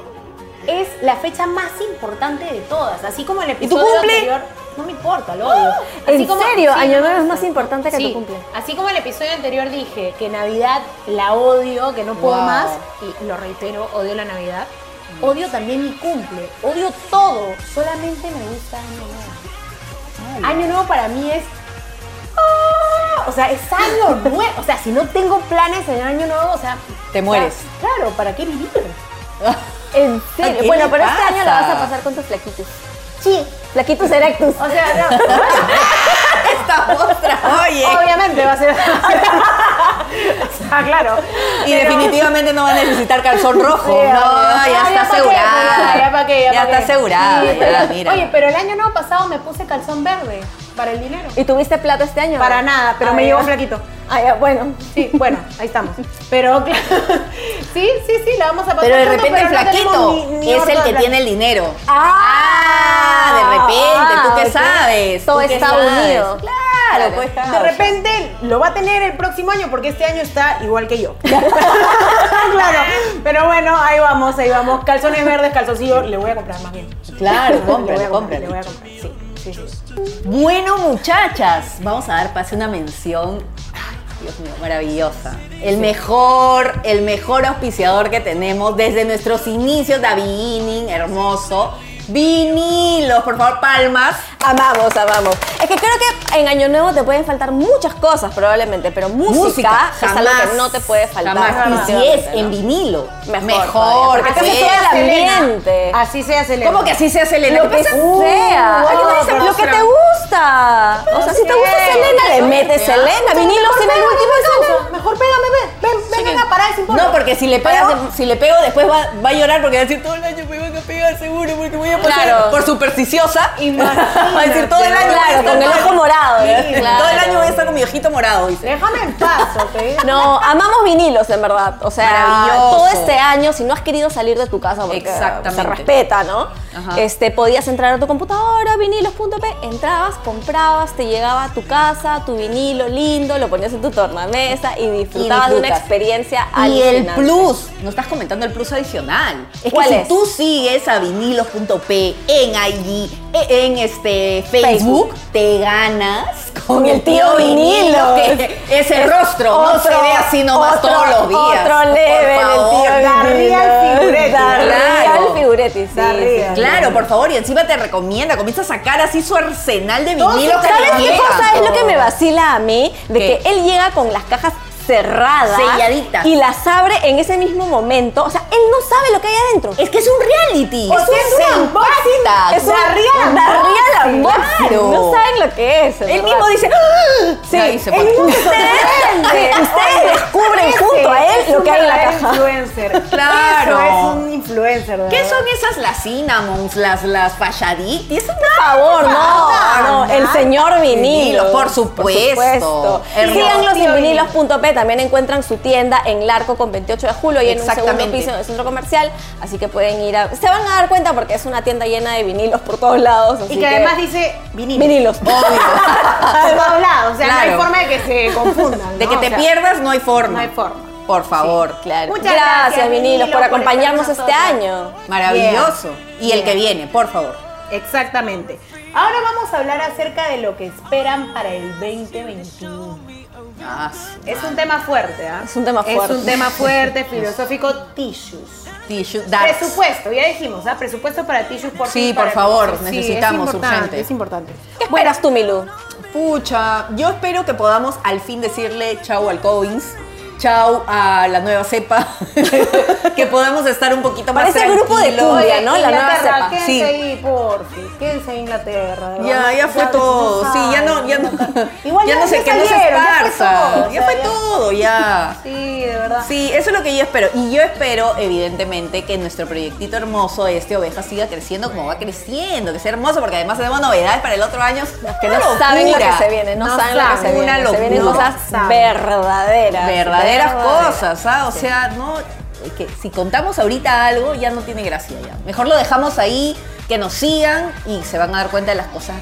S3: es la fecha más importante de todas. Así como el episodio
S2: cumple?
S3: anterior. No me importa, lo odio. Así
S1: ¿En
S3: como-
S1: serio?
S3: sí,
S1: Año
S3: me
S1: Nuevo es
S3: gusta.
S1: más importante que
S3: Sí.
S1: tu cumple.
S3: Así como el episodio anterior dije que Navidad la odio, que no puedo
S2: Wow.
S3: más, y lo reitero, odio la Navidad. Odio también mi cumple, odio todo, solamente me gusta Año Nuevo. Año Nuevo para mí es ¡Ah! o sea, es año nuevo. O sea, si no tengo planes en año nuevo, o sea.
S2: Te
S3: o sea,
S2: mueres.
S3: claro, ¿para qué vivir?
S1: En serio.
S2: ¿Qué
S1: Bueno,
S2: le
S1: pero este año la
S2: pasa?
S1: vas a pasar con tus flaquitos. Sí. Flaquitos erectus.
S3: O sea, no,
S2: Esta otra. Oye.
S3: obviamente va a ser. o
S1: Ah,
S3: sea, claro.
S2: Y definitivamente no va a necesitar calzón rojo.
S3: Sí,
S2: no,
S3: obvio.
S2: ya
S3: Ah,
S2: está
S3: ya pa' qué,
S2: asegurada.
S3: ya pa' qué, ya
S2: Ya
S3: pa'
S2: está
S3: qué.
S2: asegurada.
S3: Sí,
S2: ya,
S3: pero-
S2: mira.
S3: Oye, pero el año nuevo pasado me puse calzón verde para el dinero.
S1: ¿Y tuviste plato este año?
S3: Para nada, pero
S1: Ah,
S3: me
S1: ya.
S3: llegó flaquito.
S1: Ah, ya, bueno.
S3: Sí, bueno, ahí estamos. Pero claro, sí, sí, sí, la vamos
S1: Pues
S3: a pasar.
S2: Pero de
S3: juntos,
S2: repente el
S3: pero no
S2: flaquito
S3: tenemos ni- ni
S2: es
S3: orto
S2: el
S3: de
S2: que
S3: plan.
S2: tiene el dinero.
S1: Ah,
S2: Ah, de repente, ¿tú qué
S1: ok.
S2: sabes?
S1: Todo
S2: ¿Tú qué
S1: está
S2: sabes?
S1: unido.
S2: Claro, pues
S3: De repente lo va a tener el próximo año porque este año está igual que yo. claro. Pero bueno, ahí vamos, ahí vamos. Calzones verdes, calzoncillos, le voy a comprar más bien.
S2: Claro,
S3: le
S2: cómpralo,
S3: voy a comprar, le
S2: cómpralo.
S3: voy a comprar. Sí, sí, sí.
S2: Bueno, muchachas, vamos a dar pase a una mención. ay, Dios mío, maravillosa. El mejor, el mejor auspiciador que tenemos desde nuestros inicios de Avining, hermoso. Vinilos, por favor, palmas.
S1: Amamos, amamos. Es que creo que en Año Nuevo te pueden faltar muchas cosas probablemente, pero música, es algo que no te puede faltar.
S2: jamás. Y si es en vinilo,
S1: Mejor
S2: mejor.
S1: todavía, porque
S2: así
S1: así
S2: es.
S1: se Selena. ambiente.
S3: Así se hace
S2: Eh, ¿Cómo que así se hace Selena?
S1: Lo que
S2: Pasa-
S1: sea,
S2: Uh,
S1: Ay, que me dicen,
S2: pero
S1: lo que te
S2: Fran-
S1: gusta. O sea, si te gusta Selena, le metes Selena. Vinilos en el último caso.
S3: Mejor pégame, ven, ven, ven, ven a parar sin
S2: No, porque si le pegas,
S1: Pero-
S2: si le pego después va, va a llorar porque va a decir todo el año me van a pegar seguro porque voy a pasar
S1: Claro.
S2: por supersticiosa. va a decir todo el año. voy a
S1: Claro,
S2: estar
S1: con el
S2: todo
S1: ojo morado. ¿eh?
S2: Todo el
S1: Claro.
S2: año voy a estar con mi ojito morado, dice.
S3: Déjame en paz, ¿ok?
S1: No, amamos vinilos, en verdad. O sea,
S2: Maravilloso.
S1: todo este año, si no has querido salir de tu casa porque
S2: Exactamente.
S1: se respeta, ¿no?
S2: Ajá.
S1: Este, podías entrar a tu computadora, vinilos.p, entrabas, comprabas, te llegaba a tu casa, tu vinilo lindo, lo ponías en tu tornamesa y disfrutabas de una
S2: disfrutas.
S1: experiencia
S2: Y el
S1: alucinante.
S2: plus, no estás comentando el plus adicional. Es que
S1: ¿Cuál
S2: si
S1: es?
S2: tú sigues a vinilos.p en IG, e- en este Facebook,
S1: Facebook.
S2: te ganas
S1: Con el tío vinilo.
S2: que es el rostro, no se
S1: Otro-
S2: ve así nomás
S1: otro-
S2: todos los días.
S1: Otro level,
S2: Por
S1: el
S2: favor.
S1: tío vinilo.
S3: real figuretti.
S1: Da
S2: Claro.
S1: real figuretti, sí,
S3: Da
S1: sí,
S3: real.
S2: Claro, por favor, y encima te recomienda, comienza a sacar así su arsenal de
S1: Sí,
S2: vinilos. que
S1: ¿Sabes
S2: te
S1: qué
S2: llegan.
S1: cosa es lo que me vacila a mí? De
S2: ¿Qué?
S1: que él llega con las cajas cerradas
S2: Selladitas.
S1: y las abre en ese mismo momento. O sea, él no sabe lo que hay adentro.
S2: Es que es un reality.
S1: Es un
S2: unboxing.
S1: Es un Darreal unboxing.
S2: Claro.
S1: No saben lo que es. en
S2: Él
S1: verdad.
S2: mismo dice, ¡Ah!
S1: Sí,
S2: Ahí se
S1: él
S2: fue.
S1: mismo ustedes, ustedes descubren junto a él lo que hay en la
S3: verdadero
S1: caja.
S3: influencer.
S2: Claro.
S3: Eso es un influencer, ¿verdad?
S2: ¿Qué son esas las cinnamons, las, las falladitas?
S1: Por favor, no, no, el señor vinilo.
S2: Vinilo, por supuesto. Hermoso.
S1: Síganlos en vinilos.p, también encuentran su tienda en Larco con 28 de julio y en un segundo
S2: Exactamente.
S1: piso en el centro comercial, así que pueden ir a... Se van a dar cuenta porque es una tienda llena de vinilos por todos lados. así
S3: Y que además dice vinilo.
S1: Vinilos.
S3: Por todos lados, o sea, no hay
S2: Claro.
S3: forma de que se confundan.
S2: De
S3: ¿no?
S2: que
S3: O
S2: te
S3: sea,
S2: pierdas no hay forma.
S3: No hay forma.
S2: Por favor.
S1: Claro.
S3: Muchas
S1: gracias,
S3: gracias,
S1: vinilos, por
S3: Vinilo, por
S1: acompañarnos
S3: estar
S1: este
S3: con
S1: año.
S2: Maravilloso. Y el que viene, por favor.
S3: Exactamente. Ahora vamos a hablar acerca de lo que esperan para el 2021.
S2: Ah, su
S3: Es un tema fuerte, ¿ah?
S1: Es un tema
S3: Es
S1: fuerte.
S3: un tema fuerte, filosófico, tissues.
S2: tissue, darks.
S3: Presupuesto, ya dijimos, ¿ah? Presupuesto para tissues, por
S2: Sí,
S3: para-
S2: por favor,
S3: Sí,
S2: necesitamos,
S3: es importante,
S2: urgente.
S3: Es importante.
S1: ¿Qué esperas tú, Milú?
S2: Pucha, yo espero que podamos al fin decirle chau al Coins, chau a la nueva cepa, que podamos estar un poquito más
S1: Parece
S2: tranquilos.
S1: grupo de cumbia, ¿no? La nueva
S3: Inglaterra,
S1: cepa.
S3: Quédense
S2: Sí.
S3: ahí, por Quédense ahí, Inglaterra. de
S2: Ya,
S3: verdad.
S2: ya fue todo. Sí, ya no, ya no.
S3: Igual
S2: ya
S3: ya-
S2: no sé
S3: ya
S2: qué no se
S3: salieron, ya fue todo,
S2: esparza.
S3: o
S2: Ya
S3: sea,
S2: fue
S3: ya-
S2: todo, ya.
S3: Sí, de verdad.
S2: Sí, eso es lo que yo espero. Y yo espero, evidentemente, que nuestro proyectito hermoso, este oveja, siga creciendo como va creciendo, que sea hermoso, porque además tenemos novedades para el otro año.
S1: Que
S2: Una
S1: no saben lo que
S2: locura.
S1: se viene, no, saben lo que se viene.
S2: Una
S1: Se vienen
S2: locura.
S1: cosas verdaderas.
S2: verdaderas cosas, ¿ah? O sea, no. que si contamos ahorita algo ya no tiene gracia ya. Mejor lo dejamos ahí, que nos sigan y se van a dar cuenta de las cosas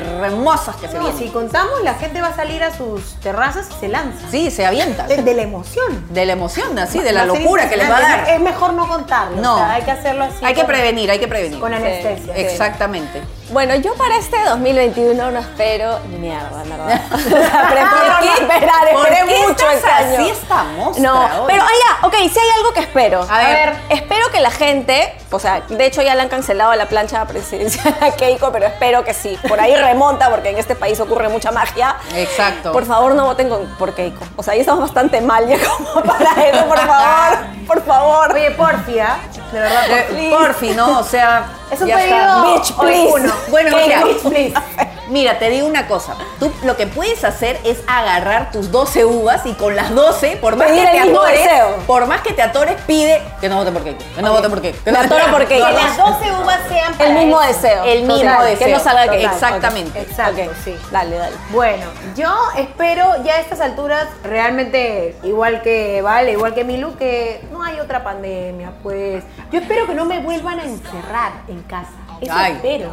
S2: hermosas que se
S3: No,
S2: vienen.
S3: si contamos, la gente va a salir a sus terrazas y se lanza.
S2: Sí, se avienta.
S3: De, de la emoción.
S2: De la emoción, así, de la
S3: Va a ser
S2: locura que les va a
S3: impresionante.
S2: dar.
S3: Es mejor no contarlo.
S2: No.
S3: o sea, hay que hacerlo así.
S2: Hay que
S3: con-
S2: prevenir, Eh. hay que prevenir.
S3: Con anestesia.
S1: Sí.
S2: Exactamente.
S1: Bueno, yo para este 2021 no espero ni mierda, en ¿verdad? O sea,
S2: Pero
S1: prefiero
S2: no,
S1: no esperar,
S2: ¿por
S1: esperé
S2: qué
S1: mucho
S2: estás
S1: este año.
S2: así esta mostra hoy?
S1: No, pero oiga, ok, si hay algo que espero.
S2: A ver.
S1: Espero que la gente, o sea, de hecho ya le han cancelado la plancha presidencial a Keiko, pero espero que sí. Por ahí remonta, porque en este país ocurre mucha magia.
S2: Exacto.
S1: Por favor, no voten con- por Keiko. O sea, ahí estamos bastante mal ya como para eso, por favor, por favor.
S3: Oye, porfia. De verdad,
S2: Eh, por fin, ¿no? O sea.
S3: Es un
S2: ya está.
S3: pedido
S1: Bitch, please.
S3: uno.
S2: Bueno,
S1: Keiko,
S2: mira.
S1: bitch, please.
S2: Mira, te digo una cosa. Tú lo que puedes hacer es agarrar tus 12 uvas y con las 12, por más
S1: Pedir
S2: que te
S1: el mismo
S2: atores,
S1: deseo.
S2: por más que te atores, pide que no vote por Keiko, que no vote por Keiko. que
S1: Me
S2: no-
S1: atoro por Keiko.
S2: No,
S3: Que
S2: no.
S3: las 12 uvas sean para
S1: El mismo
S3: eso.
S1: deseo.
S2: El mismo
S1: Total,
S2: deseo.
S1: Que no salga de Keiko.
S2: Exactamente.
S1: Ok,
S3: Exacto,
S1: ok.
S3: sí.
S1: Dale, dale.
S3: Bueno, yo espero ya a estas alturas, realmente, igual que Vale, igual que Milu, que no hay otra pandemia, pues. Yo espero que no me vuelvan a encerrar en casa. Eso
S2: Ay.
S3: espero.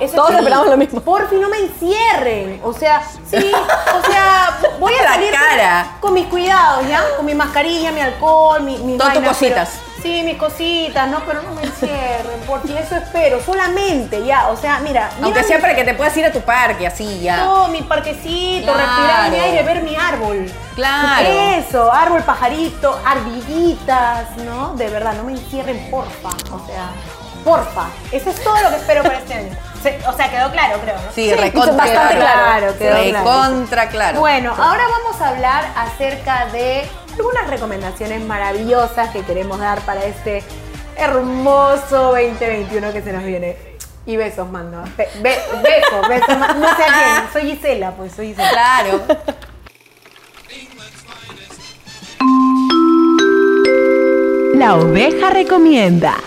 S3: Eso
S1: Todos
S3: sí.
S1: esperamos lo mismo.
S3: Por fin no me encierren. O sea, sí, o sea, voy a
S2: La
S3: salir con-
S2: cara.
S3: Con, mis cuidados, ¿ya? Con mi mascarilla, mi alcohol, mi, mis
S2: Todas tus
S3: vainas, pero-
S2: cositas.
S3: sí, mis cositas, ¿no? Pero no me encierren, porque eso espero, solamente, ya. O sea, mira.
S2: Aunque
S3: mira
S2: sea
S3: mi-
S2: para que te puedas ir a tu parque, así ya.
S3: todo mi parquecito,
S2: Claro.
S3: respirar mi aire, ver mi árbol.
S2: Claro.
S3: Eso, árbol, pajarito, ardillitas, ¿no? De verdad, no me encierren, porfa. O sea, porfa. Eso es todo lo que espero para este año. Se- o sea, quedó claro, creo, ¿no?
S2: Sí, recontra
S1: bastante
S3: claro, quedó claro.
S2: Recontra claro.
S3: Bueno, ahora vamos a hablar acerca de algunas recomendaciones maravillosas que queremos dar para este hermoso 2021 que se nos viene. Y besos, mando. Be- be- besos, besos. ma- No sé a quién. Soy Gisela, pues soy Gisela.
S2: Claro.
S8: La oveja recomienda.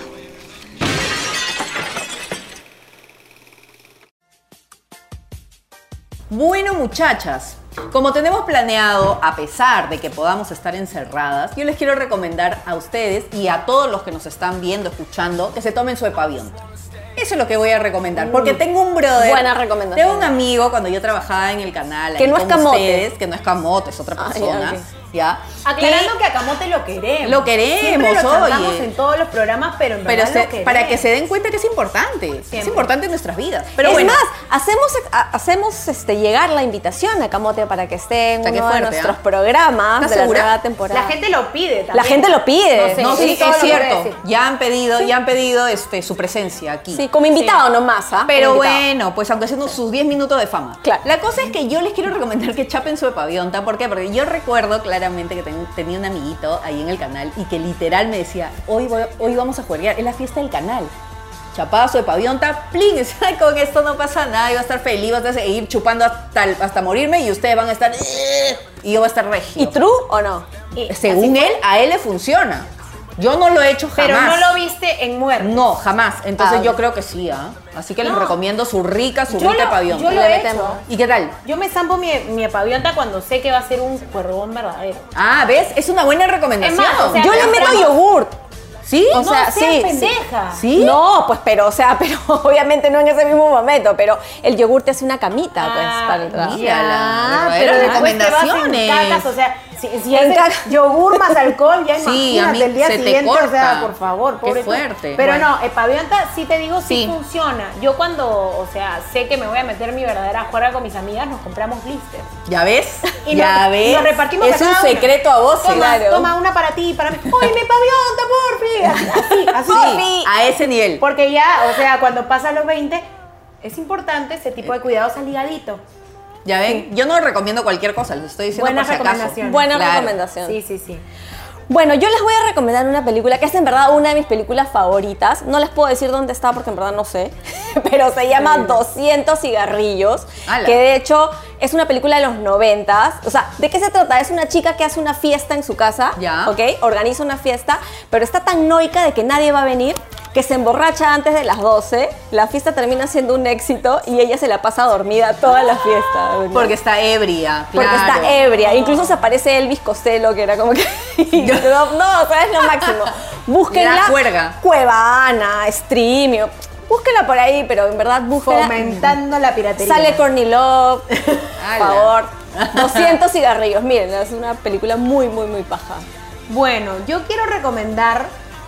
S2: Bueno, muchachas, como tenemos planeado, a pesar de que podamos estar encerradas, yo les quiero recomendar a ustedes y a todos los que nos están viendo, escuchando, que se tomen su epavión. Eso es lo que voy a recomendar, porque tengo un brother.
S1: Mm. Buena recomendación.
S2: Tengo un amigo cuando yo trabajaba en el canal. ahí
S1: Que no es
S2: con
S1: camote.
S2: ustedes, que no es camote, es otra
S1: Ah, ya,
S2: persona.
S1: ok.
S2: ¿ya?
S3: Aclarando que a Camote lo queremos.
S2: Lo queremos,
S3: Siempre lo tratamos
S2: oye.
S3: en todos los programas, pero en
S2: Pero
S3: verdad
S2: se-
S3: lo queremos.
S2: para que se den cuenta que es importante. Es
S3: Siempre.
S2: importante en nuestras vidas. Pero
S1: es
S2: bueno,
S1: más, hacemos, a- hacemos este, llegar la invitación a Camote para que esté en
S2: Está que
S1: uno de
S2: fuerte,
S1: nuestros
S2: ¿ah?
S1: programas
S2: ¿Estás
S1: de la
S2: segura?
S1: nueva temporada.
S3: La gente lo pide también.
S1: La gente lo pide.
S3: No sé,
S2: no,
S3: sí,
S2: sí,
S3: todo
S2: es
S3: lo que voy a
S2: cierto.
S3: decir.
S2: Ya han pedido, ya han pedido este, su presencia aquí.
S1: Sí, como invitado nomás, ¿ah?
S2: Pero
S1: Como invitado.
S2: bueno, pues aunque sean sus 10 minutos de fama.
S1: Claro.
S2: La cosa es que yo les quiero recomendar que chapen su epavionta. ¿Por qué? Porque yo recuerdo claramente que ten- tenía un amiguito ahí en el canal y que literal me decía, hoy, voy- hoy vamos a jugar, es la fiesta del canal. Chapaba su epavionta, plin, o sea, con esto no pasa nada, yo voy a estar feliz, voy a seguir chupando hasta, hasta morirme y ustedes van a estar... "Eh", Y yo voy a estar regio.
S1: ¿Y true o no?
S2: Según él, a él le funciona. Yo no lo he hecho jamás.
S3: Pero no lo viste en muerte.
S2: No, jamás. Entonces
S1: Ah,
S2: yo
S1: ok.
S2: creo que sí, ¿ah? Así que les
S3: No.
S2: recomiendo su rica, su
S3: Yo
S2: rica
S3: lo-
S2: pavión.
S3: yo lo
S1: Le
S3: he
S1: metemos.
S3: hecho.
S2: ¿Y qué tal?
S3: Yo me zampo mi, mi epavionta cuando sé que va a ser un cuervón verdadero.
S2: Ah, ¿ves? Es una buena recomendación.
S3: Es más, o sea,
S1: Yo
S3: pero
S1: le meto
S3: estamos-
S1: yogur.
S2: ¿Sí?
S1: O
S3: No
S1: sea,
S3: seas
S1: sí,
S3: pendeja.
S1: sí. No, pues, pero, o sea, pero obviamente no en ese mismo momento, pero el yogur te hace una camita, pues,
S3: Ah,
S1: para entrar.
S2: Mírala.
S3: Ah,
S2: Pero
S3: después te vas en
S2: recomendaciones.
S3: cacas, o sea, si, si
S1: En
S3: haces
S1: cacas.
S3: yogur más alcohol, ya
S2: Sí,
S3: imagínate
S2: a mí
S3: el día
S2: se te
S3: siguiente, o sea,
S2: corta.
S3: por favor,
S2: Qué
S3: pobre tú.
S2: fuerte.
S3: Pero
S2: Bueno.
S3: no, epavionta sí te digo, sí,
S2: Sí.
S3: funciona. Yo cuando, o sea, sé que me voy a meter mi verdadera juerga con mis amigas, nos compramos blisters.
S2: ¿Ya ves?
S3: Y
S2: ya
S3: nos-
S2: ves.
S3: nos repartimos
S2: es
S3: a
S2: un
S3: cada una.
S2: secreto a voces.
S3: Toma,
S2: Claro.
S3: toma una para ti, para mí. ¡Oye, mi pavionta, porfi! Así, así.
S2: Sí, a ese nivel.
S3: Porque ya, o sea, cuando pasas los 20, es importante ese tipo de cuidados al ligadito.
S2: Ya ven, yo no recomiendo cualquier cosa, les estoy diciendo
S3: Buena
S2: por si acaso.
S3: recomendación.
S1: Buena
S2: Claro.
S1: recomendación.
S3: Sí, sí, sí.
S1: Bueno, yo les voy a recomendar una película que es en verdad una de mis películas favoritas. No les puedo decir dónde está porque en verdad no sé. Pero se llama 200 cigarrillos.
S2: Ala.
S1: Que de hecho es una película de los noventas. O sea, ¿de qué se trata? Es una chica que hace una fiesta en su casa.
S2: Ya.
S1: ¿Ok? Organiza una fiesta, pero está tan noica de que nadie va a venir que se emborracha antes de las 12, la fiesta termina siendo un éxito y ella se la pasa dormida toda la fiesta. ¿no?
S2: Porque está ebria,
S1: Porque
S2: claro.
S1: está ebria. Incluso se aparece Elvis Costello, que era como que. no, no, o sea, es lo máximo. Búsquenla.
S2: La juerga.
S1: Cuevana, Streamio. Búsquenla por ahí, pero en verdad búsquenla.
S3: Fomentando la piratería.
S1: Sale Courtney Love, por
S2: Ala.
S1: favor. 200 cigarrillos, miren, es una película muy, muy, muy paja.
S3: Bueno, yo quiero recomendar,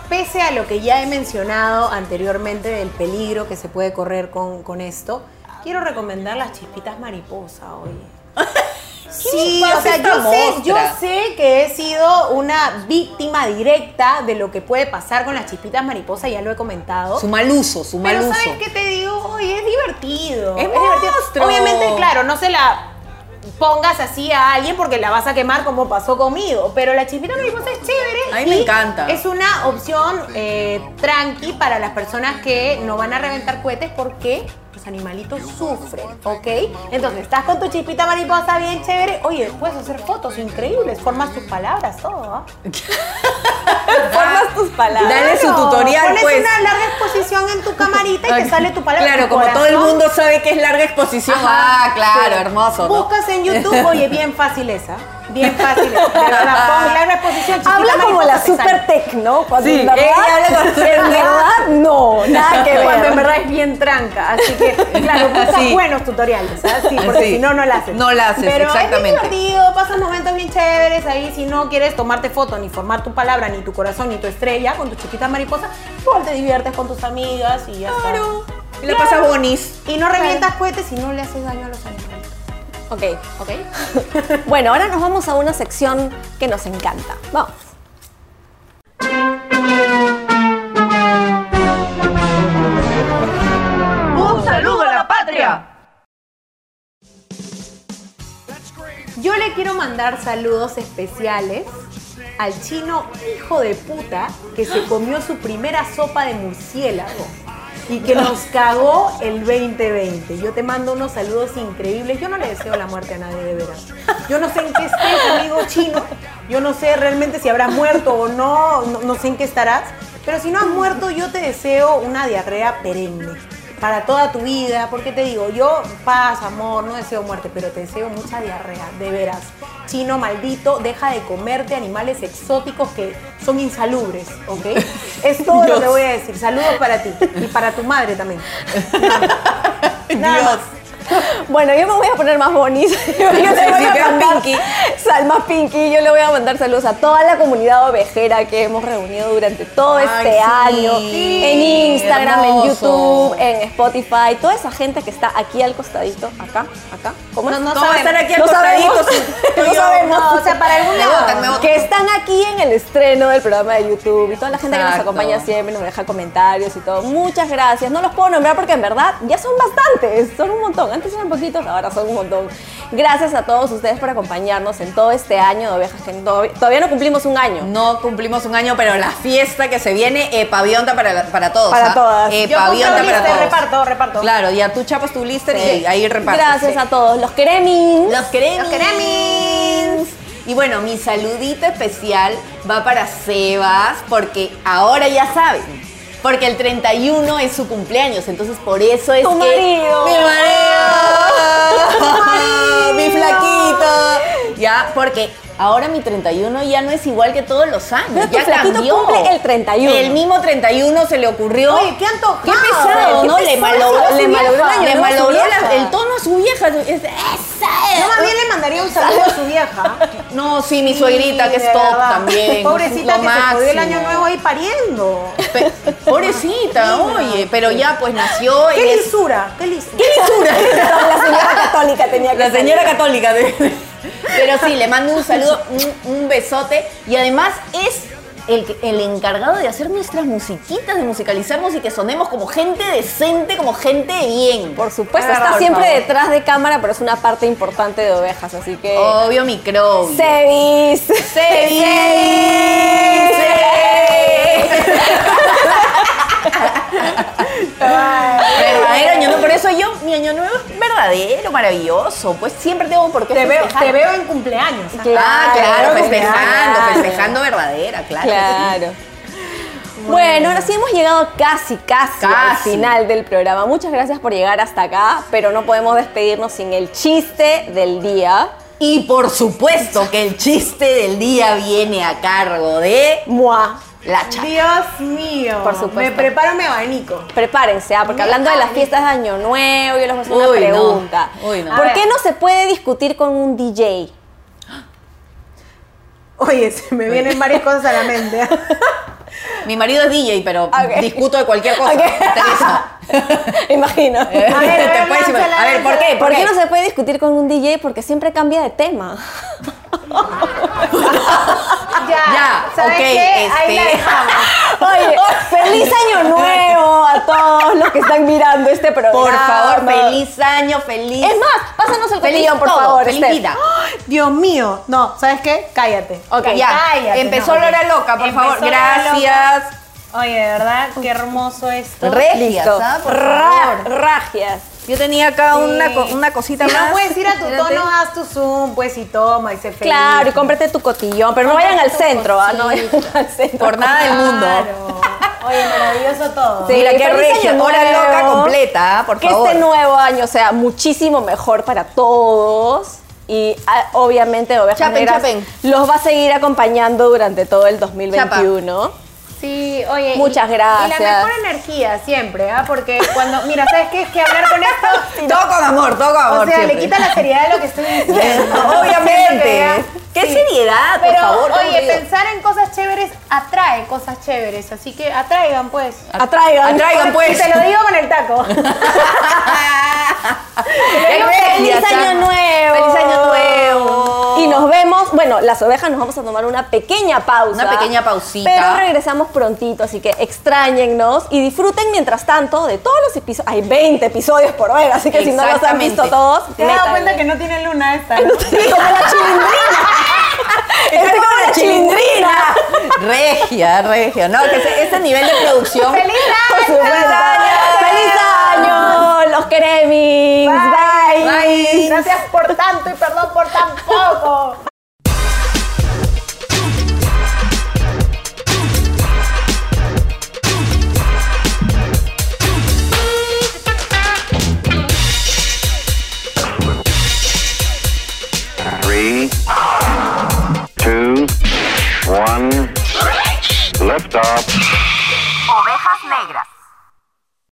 S3: pese a lo que ya he mencionado anteriormente del peligro que se puede correr con, con esto, quiero recomendar las chispitas mariposa, oye. Sí,
S2: pasa
S3: o sea,
S2: esta
S3: yo sé, yo
S2: mostra?
S3: sé que he sido una víctima directa de lo que puede pasar con las chispitas mariposa, ya lo he comentado.
S2: Su mal uso, su mal
S3: Pero
S2: uso.
S3: ¿sabes qué te digo? Oye, es divertido.
S2: Es
S3: divertido.
S2: monstruo.
S3: Obviamente, claro, no se la pongas así a alguien porque la vas a quemar como pasó conmigo. Pero la chispita mariposa es chévere.
S2: A mí me
S3: y
S2: encanta.
S3: Es una opción eh, tranqui para las personas que no van a reventar cohetes porque los animalitos sufren, ¿ok? Entonces, estás con tu chispita mariposa bien chévere. Oye, puedes hacer fotos increíbles, formas tus palabras, todo, ¿ah?
S1: Formas tus palabras.
S2: Dale su tutorial,
S3: Pones
S2: pues.
S3: una larga exposición en tu camarita y te sale tu palabra.
S2: Claro,
S3: tu
S2: como todo el
S3: corazón.
S2: mundo sabe que es larga exposición.
S3: Ajá,
S2: ah, claro,
S3: sí.
S2: hermoso. ¿no?
S3: Buscas en YouTube, oye, bien fácil esa. Bien fácil. esa, de verdad, pon larga exposición. chiquita,
S1: Habla como
S3: mariposa,
S1: la
S3: te sale.
S1: super tech, ¿no? Cuando
S2: Sí,
S1: en verdad,
S2: ella habla con super
S1: en
S2: tech.
S1: verdad, no, nada que ver.
S3: Cuando en verdad es bien tranca. Así que, claro, busca
S2: Sí.
S3: buenos tutoriales. ¿ah? Sí, porque
S2: Sí.
S3: si no, no la haces.
S2: No la haces,
S3: Pero
S2: exactamente.
S3: Es bien divertido, pasas momentos bien chéveres ahí. Si no quieres tomarte foto, ni formar tu palabra, ni tu corazón, ni tu estrella con tu chiquita mariposa, igual te diviertes con tus amigas y ya está.
S2: Claro. Y la pasas bonis.
S3: Y no revientas cohetes y no le haces daño a los animales.
S1: Ok, ok. bueno, ahora nos vamos a una sección que nos encanta. Vamos.
S2: ¡Un saludo a la patria!
S3: Yo le quiero mandar saludos especiales al chino hijo de puta que se comió su primera sopa de murciélago y que nos cagó el 2020. Yo te mando unos saludos increíbles. Yo no le deseo la muerte a nadie de veras. Yo no sé en qué estés, amigo chino. Yo no sé realmente si habrás muerto o no, no, no sé en qué estarás. Pero si no has muerto, yo te deseo una diarrea perenne para toda tu vida, porque te digo, yo paz, amor, no deseo muerte, pero te deseo mucha diarrea, de veras. Chino maldito, deja de comerte animales exóticos que son insalubres, ¿ok? Es todo lo que voy a decir. Saludos para ti y para tu madre también. Nada más.
S1: Bueno, yo me voy a poner más bonis. Yo le voy
S2: sí, que
S1: a
S2: era
S1: mandar
S2: Pinky.
S1: Salma Pinky. Yo le voy a mandar saludos a toda la comunidad ovejera que hemos reunido durante todo
S2: Ay,
S1: este
S2: sí.
S1: año.
S2: Sí,
S1: en Instagram, en
S2: hermoso.
S1: YouTube, en Spotify. Toda esa gente que está aquí al costadito. Acá, acá. ¿Cómo es?
S3: No, no
S2: ¿Cómo va a
S3: sabemos.
S2: estar aquí al
S1: No
S2: costadito?
S1: sabemos.
S2: si-
S1: No
S2: yo-
S1: sabemos.
S3: No, o sea, para algún
S2: Me
S3: lado.
S2: botan, me botan.
S1: que están aquí en el estreno del programa de YouTube y toda la gente que
S2: Exacto.
S1: nos acompaña siempre nos deja comentarios y todo. Muchas gracias. No los puedo nombrar porque en verdad ya son bastantes, son un montón. Antes eran poquitos, ahora son un montón. Gracias a todos ustedes por acompañarnos en todo este año de ovejas que no- todavía no cumplimos un año.
S2: No cumplimos un año, pero la fiesta que se viene, epavionta para, la- para todos.
S1: Para
S2: ¿ah?
S1: todas. Yo
S3: Yo compro
S2: Epavionta para
S3: blister,
S2: todos.
S3: reparto, reparto.
S2: Claro, ya tú chapas tu lister
S1: Sí.
S2: y ahí repartes.
S1: Gracias
S2: sí.
S1: a todos. Los queremos.
S2: Los queremos.
S3: Los queremos.
S2: Y bueno, mi saludito especial va para Sebas, porque ahora ya saben. Porque el 31 es su cumpleaños, entonces por eso es
S1: Tu
S2: que...
S1: marido.
S2: ¡Mi marido! ¡Mi flaquito! Ya, porque ahora mi 31 ya no es igual que todos los años.
S1: Pero tu
S2: ya
S1: flaquito
S2: cambió.
S1: cumple el 31.
S2: El mismo 31 se le ocurrió...
S3: Oye, qué antojado.
S2: Qué pesado,
S1: Qué
S2: ¿no? Le
S1: pesado,
S2: malogró,
S1: su
S2: le
S1: vieja.
S2: malogró,
S1: Le malogró
S2: le
S1: su
S2: malogró la-
S1: vieja.
S2: el tono a su vieja. Es- es- ¡Esa
S3: Yo
S2: es!
S3: más bien le mandaría un saludo a su vieja.
S2: No, sí, mi suegrita que
S3: Sí, de
S2: es top
S3: verdad.
S2: también.
S3: Pobrecita
S2: lo
S3: que se jodió el año
S2: máximo.
S3: nuevo ahí pariendo.
S2: Pe- Pobrecita, oye, pero ya pues nació
S3: ¡Qué
S2: en es-
S3: lisura! ¡Qué lisura!
S1: La señora católica tenía que
S2: la
S1: ser.
S2: señora católica. de- Pero sí, le mando un saludo, un, un besote. Y además es el, que- el encargado de hacer nuestras musiquitas, de musicalizarnos y que sonemos como gente decente, como gente de bien.
S1: Por supuesto,
S2: Ah,
S1: está
S2: por
S1: siempre
S2: favor.
S1: detrás de cámara, pero es una parte importante de ovejas, así que.
S2: Obvio, micro.
S1: Sebis.
S2: Sebis. Verdadero año nuevo. Por eso yo, mi año nuevo es verdadero, maravilloso. Pues siempre tengo por qué
S3: Te veo,
S2: festejar.
S3: te veo en cumpleaños. ¿ah?
S2: Ah, claro,
S1: Claro,
S2: festejando,
S1: claro.
S2: festejando verdadera, claro.
S1: Claro. Bueno, Bueno, ahora sí hemos llegado casi, casi, al
S2: Casi.
S1: final del programa. Muchas gracias por llegar hasta acá, pero no podemos despedirnos sin el chiste del día.
S2: Y por supuesto que el chiste del día viene a cargo de
S1: ¡Mua!
S2: la chapa.
S3: Dios mío.
S1: Por supuesto.
S3: Me preparo mi abanico.
S1: Prepárense, ah, porque hablando de las fiestas de Año Nuevo, yo les voy a hacer una
S2: Uy, no.
S1: pregunta.
S2: Uy, no.
S1: ¿Por
S3: A
S1: qué
S3: ver.
S1: no se puede discutir con un DJ?
S3: Oye, se me vienen varias cosas a la mente.
S2: Mi marido es DJ, pero
S1: Ok.
S2: discuto de cualquier cosa.
S1: Ok.
S2: Teresa.
S1: Imagino.
S2: A ver,
S3: a ver,
S2: puedes
S3: lánzala,
S2: imaginar. A ver, ¿por qué?
S1: ¿Por qué no se puede discutir con un DJ? Porque siempre cambia de tema.
S3: Ya,
S2: Ya,
S3: ¿sabes
S2: ok,
S3: qué? Ahí la
S2: este.
S3: dejamos.
S1: Oye, feliz año nuevo a todos los que están mirando este programa.
S2: Por favor, feliz año, feliz.
S1: Es más, pásanos el
S2: feliz
S1: cotillón, por
S2: todo,
S1: favor.
S2: Feliz
S1: Steph.
S2: vida.
S3: Dios mío. No, ¿sabes qué? Cállate.
S1: Ok,
S2: ya.
S3: cállate,
S2: Empezó
S3: no,
S2: la hora
S3: ok.
S2: loca, por favor.
S3: Empezó la hora
S2: Gracias.
S3: Oye, de verdad, qué hermoso esto.
S2: Regias, ¿ah? Por
S1: Ra-
S2: favor.
S1: Ragias.
S2: Yo tenía acá
S3: Ah,
S2: una, co- una
S3: Si
S2: cosita más.
S3: no puedes ir a tu
S2: Espérate.
S3: tono, haz tu Zoom, pues, y toma, y sé feliz.
S1: Claro, y cómprate tu cotillón, pero no vayan al centro, ¿ah? No vayan al centro.
S2: Por nada del mundo.
S3: Claro. Oye, maravilloso todo.
S1: Sí,
S2: Mira, qué
S1: feliz
S2: regio.
S1: año
S2: Hora
S1: nuevo.
S2: loca completa, ¿ah? por
S1: que
S2: favor.
S1: este nuevo año sea muchísimo mejor para todos. Y ah, obviamente Ovejas
S2: Chapen,
S1: Negras
S2: chapen.
S1: los va a seguir acompañando durante todo el 2021.
S3: Sí, oye. y-
S1: Muchas gracias.
S3: Y la mejor energía siempre, ¿ah? Porque cuando, mira, ¿sabes qué? Es que hablar con esto.
S2: Todo con amor, todo con
S3: O
S2: amor.
S3: sea, le
S2: siempre.
S3: quita la seriedad de lo que estoy diciendo.
S2: Obviamente. Qué seriedad, por
S3: Pero,
S2: favor. qué
S3: oye,
S2: aburrido.
S3: pensar en cosas chéveres atrae cosas chéveres, así que atraigan, pues.
S1: Atraigan.
S2: Atraigan, pues.
S3: Y te lo digo con el taco.
S2: Es
S1: ¡Feliz
S2: regia,
S1: año
S2: chama.
S1: nuevo!
S2: ¡Feliz año nuevo!
S1: Y nos vemos, bueno, las ovejas nos vamos a tomar una pequeña pausa.
S2: Una pequeña pausita.
S1: Pero regresamos prontito, así que extrañennos y disfruten mientras tanto de todos los episodios. Hay 20 episodios por ver, así que si no los han visto
S2: Exactamente.
S1: todos,
S3: Te has dado
S1: métanle.
S3: cuenta que no tiene luna esta.
S1: Estoy como la chilindrina. Estoy como la chilindrina.
S2: Regia, regia. No, que ese, ese nivel de producción.
S3: ¡Feliz
S1: Por
S3: año!
S1: supuesto. ¡Feliz año! ¡Los queremos! Bye.
S3: Bye. Gracias por tanto y perdón por tan poco.
S4: Three, two, one, liftoff.
S9: Ovejas negras.